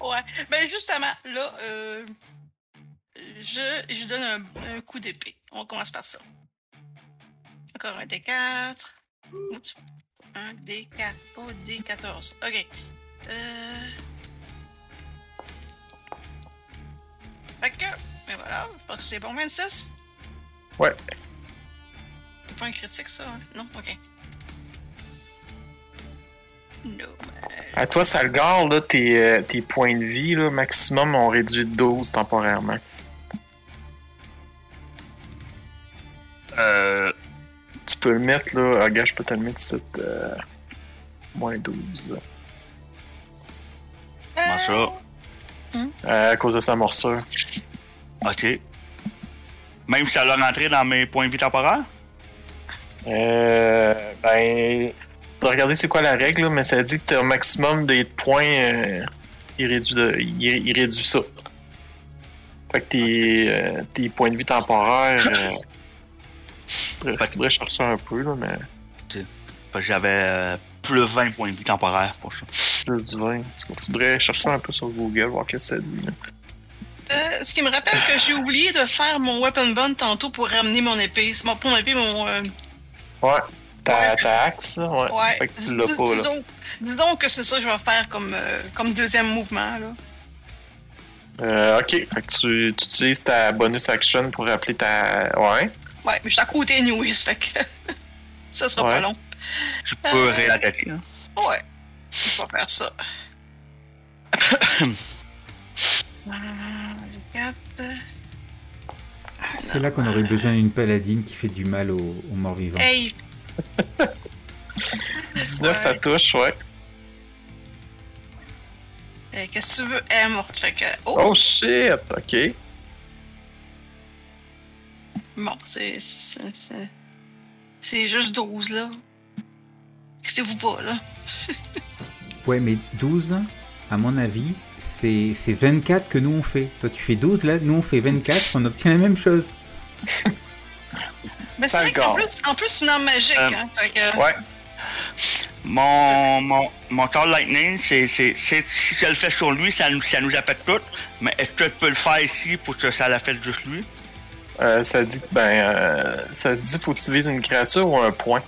E: Ouais. Ben justement, là, euh, je, je donne un, un coup d'épée. On commence par ça. Encore un D4. Oups. Un D4. Oh, D14. OK. Euh... Fait que, ben voilà, je pense que c'est bon, 26.
A: Ouais.
E: C'est pas un critique, ça, hein? Non? OK. No.
A: À toi, Salgar, là, tes, euh, tes points de vie, là, maximum, on réduit de 12 temporairement.
C: Euh,
A: Tu peux le mettre, là. Regarde, je peux te le mettre sur euh, moins 12.
C: comment ça?
A: Euh, à cause de sa morsure.
C: Ok. Même si ça l'a rentré dans mes points de vie temporaires?
A: Euh, ben, faudrait regarder c'est quoi la règle, là, mais ça dit que t'as un maximum des points, euh, il, réduit de- il- il réduit ça. Fait que tes, euh, tes points de vue temporaires. Euh, faudrait- faudrait chercher ça un peu, là, mais
C: Parce que j'avais euh, plus 20 points de vie temporaires pour ça.
A: plus 20. Faudrait chercher ça un peu sur Google, voir qu'est-ce que ça dit. là.
E: Euh, ce qui me rappelle que j'ai oublié de faire mon weapon bond tantôt pour ramener mon épée. C'est Mon, pour mon épée, mon. euh,
A: Ouais, ta,
E: Ouais.
A: ta axe, là, ouais.
E: ouais.
A: Fait que tu l'as
E: Dis-
A: pas, là.
E: disons, disons que c'est ça que je vais faire comme, euh, comme deuxième mouvement. Là.
A: Euh, ok, fait que tu, tu utilises ta bonus action pour appeler ta. Ouais.
E: Ouais, mais je suis à côté anyway, ça [LAUGHS] fait que. ça sera pas
A: Ouais.
E: long.
C: Je peux réattaquer. hein.
E: Ouais. Je vais
A: [COUGHS]
E: faire ça. 4.
D: C'est là qu'on aurait besoin d'une paladine qui fait du mal aux, aux morts-vivants.
A: [LAUGHS]
E: Hey!
A: 19, ça
E: Ouais.
A: touche, ouais.
E: Euh, Qu'est-ce que tu veux? Elle est morte. Fait que. Oh!
A: Oh shit, ok.
E: Bon, c'est. c'est- C'est c'est juste 12, là. C'est vous pas, là.
D: Ouais, mais 12, à mon avis, c'est c'est 24 que nous on fait. Toi tu fais 12 là, nous on fait 24, on obtient la même chose.
E: Mais c'est vrai qu'en
A: D'accord.
E: plus, en plus, c'est une arme magique,
C: Euh,
E: hein. Fait que,
A: Ouais.
C: Mon, mon, mon Thor Lightning, c'est, c'est, c'est- si je le fais sur lui, ça nous, ça nous affecte tout. Mais est-ce que je peux le faire ici pour que ça l'affecte juste lui?
A: Euh, ça dit que, ben euh, ça dit faut que tu vises une créature ou un point.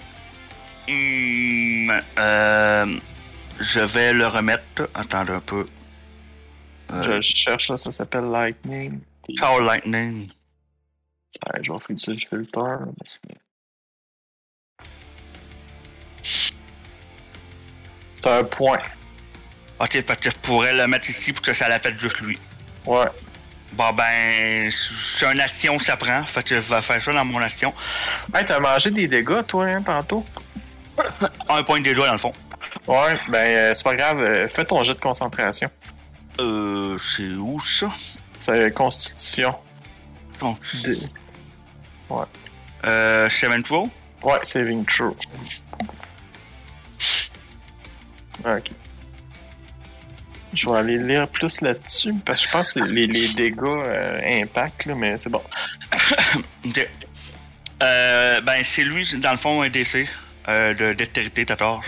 C: Hmm, euh, je vais le remettre. Attendez un peu. Euh,
A: Je cherche là, ça s'appelle Lightning.
C: Thor Lightning.
A: Ouais, je vais faire utiliser le filter. là, parce que- C'est un point.
C: Ok, fait que je pourrais le mettre ici pour que ça l'affecte juste lui.
A: Ouais.
C: Bon ben, c'est une action que ça prend. Fait que je vais faire ça dans mon action.
A: Hey, t'as mangé des dégâts toi hein, tantôt.
C: Un point de doigts dans le fond.
A: Ouais, ben euh, c'est pas grave, euh, fais ton jet de concentration.
C: Euh, c'est où ça?
A: C'est euh, constitution.
C: Bon.
A: De-
C: Euh, Seven Pro?
A: Ouais, saving throw. Ah, Ok. Je vais aller lire plus là-dessus, parce que je pense que c'est les, les dégâts euh, impact, là, mais c'est bon.
C: Ok. Euh, ben, c'est lui, dans le fond, un DC euh, de dextérité, t'as tort.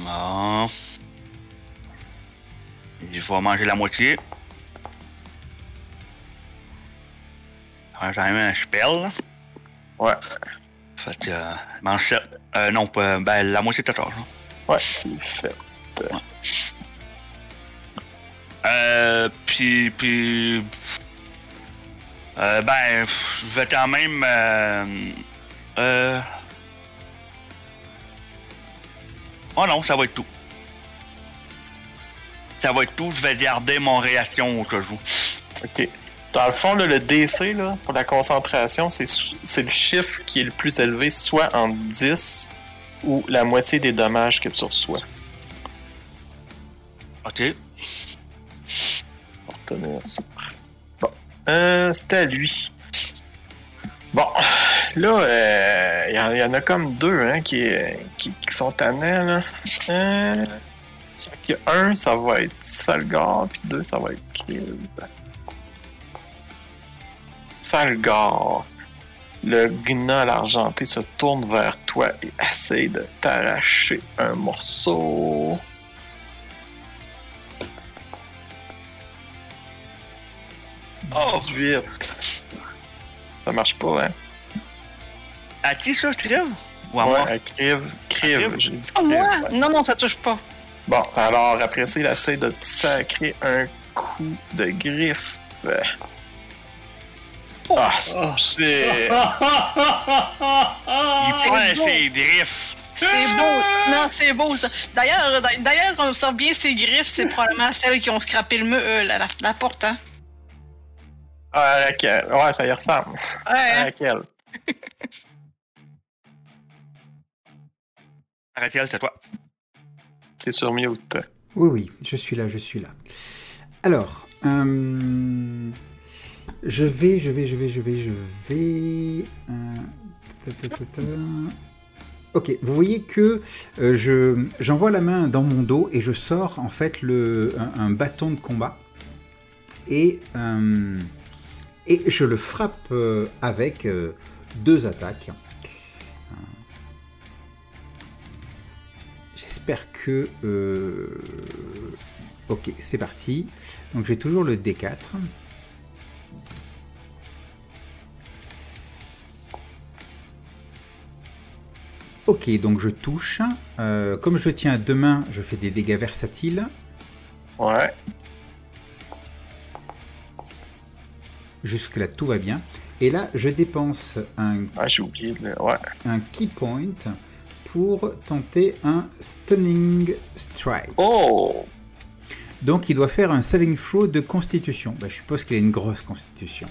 C: Non. Ah. Il va manger la moitié. Ah, J'ai même un spell. là.
A: Ouais.
C: Fait que. Euh, il mange sept. Euh, non, pas- ben, la moitié, t'as tort. là.
A: Ouais, c'est fait.
C: Euh, puis, puis, euh, ben, pff, je vais quand même, euh, euh, oh non, ça va être tout. Ça va être tout, je vais garder mon réaction au cas où.
A: Ok. Dans le fond, là, le DC, là, pour la concentration, c'est sou- c'est le chiffre qui est le plus élevé, soit en 10 ou la moitié des dommages que tu reçois.
C: Ok.
A: Pour retenir ça. Bon. Euh, c'est à lui. Bon. Là, il y, en- y en a comme deux hein, qui, euh, qui, qui sont tannés. Là. Euh, ça fait que un, ça va être Salgar, puis deux, ça va être Krill. Salgar, le gnoll argenté se tourne vers toi et essaie de t'arracher un morceau.
C: Oh!
A: 18. Ça marche pas, hein?
C: À qui ça, Trève? Ou à
A: Ouais,
C: moi?
A: à Crive.
C: À
A: Crive,
C: Crive.
A: j'ai dit
E: Ah,
A: Crive,
E: moi?
A: ouais.
E: Non, non, ça touche pas.
A: Bon, alors après ça, il essaie de te sacrer un coup de griffe. Euh. Ah,
B: Oh.
A: c'est.
E: Ah.
C: Il
E: c'est
C: prend
E: bon.
C: ses griffes.
E: C'est beau. Non, c'est beau, ça. D'ailleurs, d'a- d'ailleurs, on sent bien ses griffes. C'est probablement celles qui ont scrappé le mur, euh, la, la- la porte, hein.
A: Ah, Raquel. Ouais, ça y ressemble.
E: Ouais, hein.
A: Raquel.
C: Arrêtez, c'est à toi.
A: T'es sur mute.
D: Oui, oui, je suis là, je suis là. Alors, euh, je vais, je vais, je vais, je vais, je vais. euh, ta, ta, ta, ta. Ok, vous voyez que euh, je j'envoie la main dans mon dos et je sors en fait le un, un bâton de combat et euh, et je le frappe euh, avec euh, deux attaques. J'espère que. euh, Ok, c'est parti. Donc j'ai toujours le D4. Ok, donc je touche. Euh, comme je tiens à deux mains, je fais des dégâts versatiles.
A: Ouais.
D: Jusque-là, tout va bien. Et là, je dépense un,
A: Ah, j'ai oublié de le. Ouais.
D: un key point pour tenter un stunning strike.
A: Oh!
D: Donc il doit faire un saving throw de constitution. Bah, je suppose qu'il a une grosse constitution.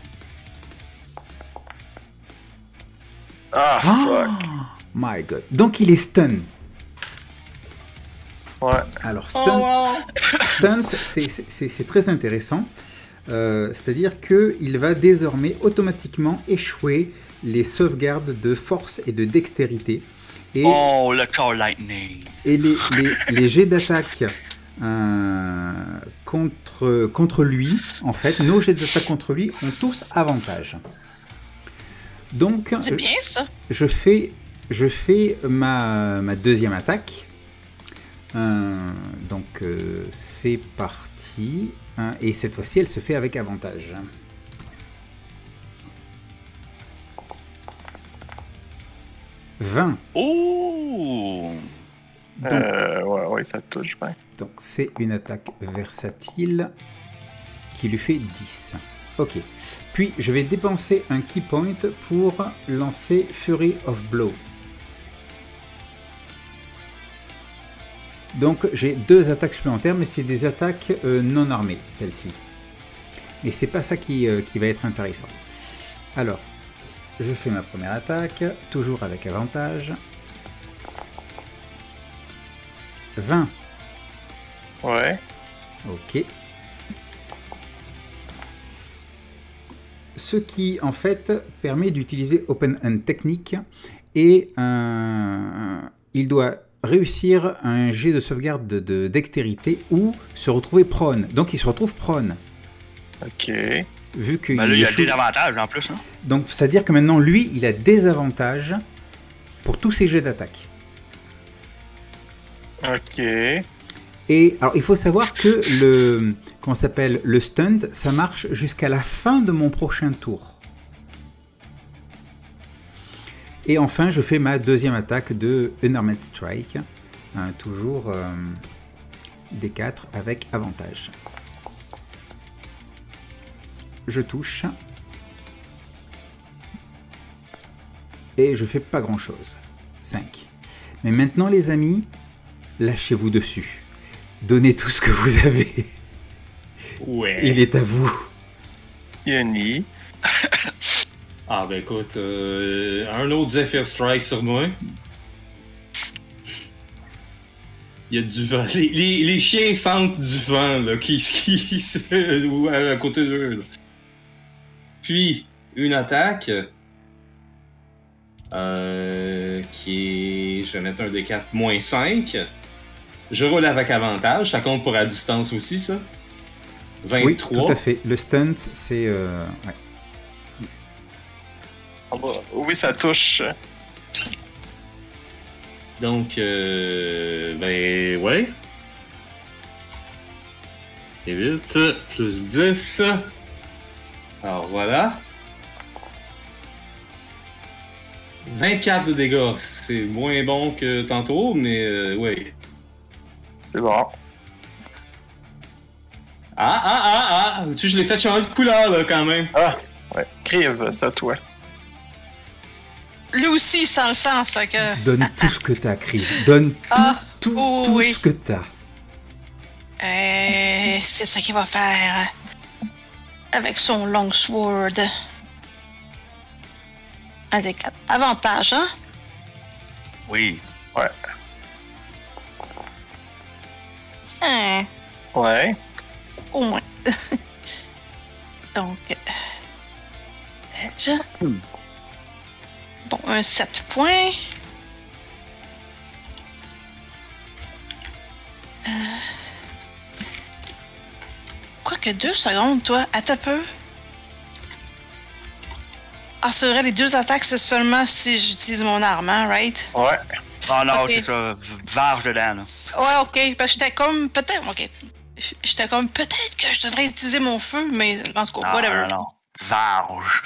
A: Ah, fuck.
D: My god. Donc il est stun.
A: Ouais.
D: Alors
B: Oh,
D: stun,
B: wow.
D: [LAUGHS] stunt, c'est- c'est c'est- c'est très intéressant. Euh, C'est-à-dire qu'il va désormais automatiquement échouer les sauvegardes de force et de dextérité. Et,
C: Oh, le Call Lightning.
D: et les, les- les jets d'attaque euh, contre, contre lui, en fait, nos jets d'attaque contre lui ont tous avantage. Donc,
E: C'est bien, ça.
D: je fais, je fais ma, ma deuxième attaque. Euh, donc euh, c'est parti. Hein, et cette fois-ci, elle se fait avec avantage. « 20
C: Oh! ».
D: Donc
A: Euh, ouais, ouais, ça te touche bien.
D: Donc c'est une attaque versatile qui lui fait 10. Ok. Puis je vais dépenser un key point pour lancer Fury of Blow. Donc j'ai deux attaques supplémentaires, mais c'est des attaques euh, non armées, celle-ci. Et c'est pas ça qui, euh, qui va être intéressant. Alors, je fais ma première attaque, toujours avec avantage. 20.
A: Ouais.
D: Ok. Ce qui, en fait, permet d'utiliser Open Hand Technique et euh, il doit réussir un jet de sauvegarde de, de dextérité ou se retrouver prone. Donc il se retrouve prone,
A: Ok.
D: vu qu'il
C: Ben là, il y a
D: échoue.
C: des avantages en plus. Hein?
D: Donc c'est-à-dire que maintenant, lui, il a des avantages pour tous ses jets d'attaque.
A: Ok.
D: Et alors, il faut savoir que le, comment ça s'appelle, le stunt, ça marche jusqu'à la fin de mon prochain tour. Et enfin, je fais ma deuxième attaque de Unarmed Strike, hein, toujours euh, D4 avec avantage. Je touche. Et je fais pas grand chose. 5. Mais maintenant, les amis, lâchez-vous dessus. Donnez tout ce que vous avez.
B: [LAUGHS] Ouais.
D: Il est à vous.
A: Yoni.
B: Ah ben écoute, euh, un autre Zephyr Strike sur moi. Il y a du vent. Les, les- les chiens sentent du vent là, qui, qui [LAUGHS] se- ou à, à côté d'eux. là. Puis une attaque. euh, qui est. Je vais mettre un D4 moins 5. Je roule avec avantage. Ça compte pour la distance aussi, ça. 23.
D: Oui, tout à fait. Le stunt, c'est. euh, ouais.
A: Ah bah, Oui, ça touche.
B: Donc, euh, ben, ouais. Et 8, plus 10. Alors voilà. 24 de dégâts. C'est moins bon que tantôt, mais euh, ouais.
A: C'est bon.
B: Ah, ah, ah, ah! Tu, je l'ai fait changer de couleur, là, quand même.
A: Ouais. Crive, c'est à toi.
E: Lui aussi, il sent le sang, ça fait que.
D: Donne tout ce que t'as, Chris. Donne tout,
E: Ah,
D: tout,
E: oh
D: tout
E: oui.
D: ce que t'as.
E: Eh, c'est ça qu'il va faire. Avec son longsword. Un des quatre. Avantage, hein?
C: Oui.
E: Hein,
A: Ouais.
E: au moins. [LAUGHS] Donc. euh, Edge. Bon, un 7 points. Euh, Quoique deux secondes, toi. Attends un peu. Ah, c'est vrai, les deux attaques, c'est seulement si j'utilise mon arme, hein, right?
A: Ouais.
C: Ah non,
E: Ok.
C: c'est ça. v- Varge dedans, là.
E: Ouais, ok. Parce que j'étais comme. Peut-être. Ok. J'étais comme. Peut-être que je devrais utiliser mon feu, mais en tout cas,
C: Non,
E: whatever.
C: Ah, non, non. Varge.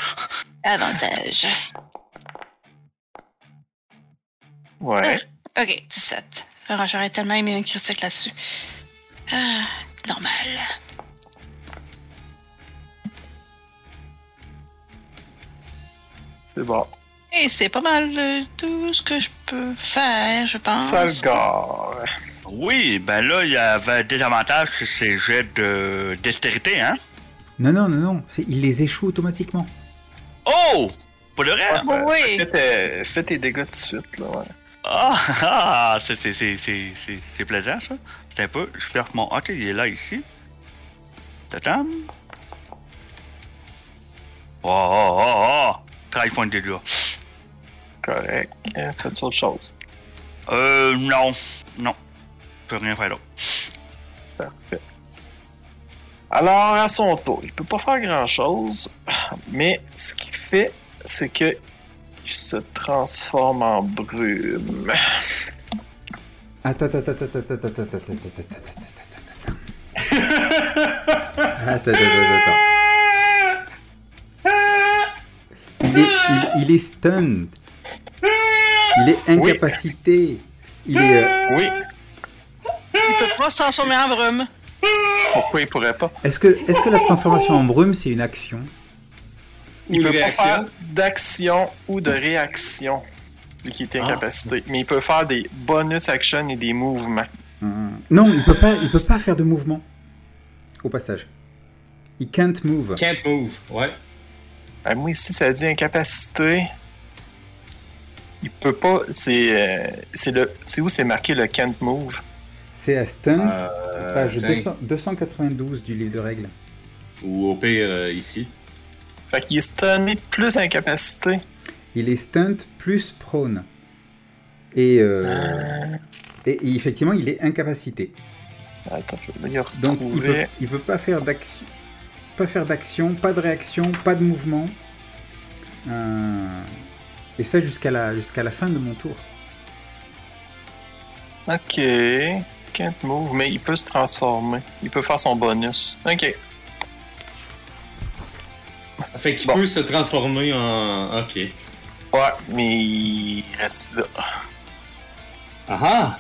E: Avantage.
A: Ouais.
E: Ok, 17. Alors, J'aurais tellement aimé une critique là-dessus. Ah, normal.
A: C'est bon.
E: Et c'est pas mal de tout ce que je peux faire, je pense.
A: Ça le gars.
C: Oui, ben là, il y avait des avantages sur ses jets de dextérité, hein?
D: Non, non, non, non. c'est- Il les échoue automatiquement.
C: Oh! Pour le reste?
E: Ouais,
A: [LAUGHS]
E: oui.
A: Fais tes, fais tes dégâts de suite, là, ouais.
C: Ah, [LAUGHS] ah, c'est- c'est- c'est- c'est c'est- c'est plaisant, ça. Attends un peu, je perds mon... Ok, il est là, ici. Tatam. Oh, oh, oh, oh! 13 points de dégâts.
A: Correct. Euh, Fais-tu autre chose?
C: Euh, non. Non. Je peux rien faire d'autre.
A: Parfait. Alors, à son tour, il peut pas faire grand-chose, mais ce qu'il fait, c'est que il se transforme en brume.
D: Attends, attends, attends, attends, attends, attends, attends, attends, attends, attends, attends, attends, attends. Attends, attends, attends, attends. Il est, il, il est stunned. Il est
A: Oui.
D: incapacité. Il est. euh,
A: Oui,
E: Il peut pas se transformer en brume.
A: pourquoi il pourrait pas?
D: Est-ce que, est-ce que la transformation en brume c'est une action
A: Il
B: Ou
A: peut
B: réaction.
A: pas faire d'action ou de réaction, vu qu'il est incapacité. Mais il peut faire des bonus actions et des mouvements.
D: Euh, Non, il peut pas, il peut pas faire de mouvement. Au passage, il can't move.
B: Can't move. Ouais.
A: Ben, moi, ici, ça dit incapacité. Il peut pas. C'est euh, c'est le- c'est où c'est marqué le can't move?
D: C'est à stunt,
B: Euh,
D: page
B: tiens.
D: 200 292 du livre de règles.
B: Ou au pire, euh, ici.
A: Fait qu'il est stunné plus incapacité.
D: Il est stunt plus prone. Et, euh,
B: Ah.
D: et, et effectivement, il est incapacité.
A: Attends, je vais le retrouver.
D: Donc il peut, il peut pas faire d'action, pas faire d'action, pas de réaction, pas de mouvement. Euh, et ça jusqu'à la jusqu'à la fin de mon tour.
A: Ok. Can't move, mais il peut se transformer. Il peut faire son bonus. Ok.
B: Ça Fait qu'il
A: Bon.
B: peut se transformer en. Ok.
A: Ouais, mais il reste là.
B: Ah ah!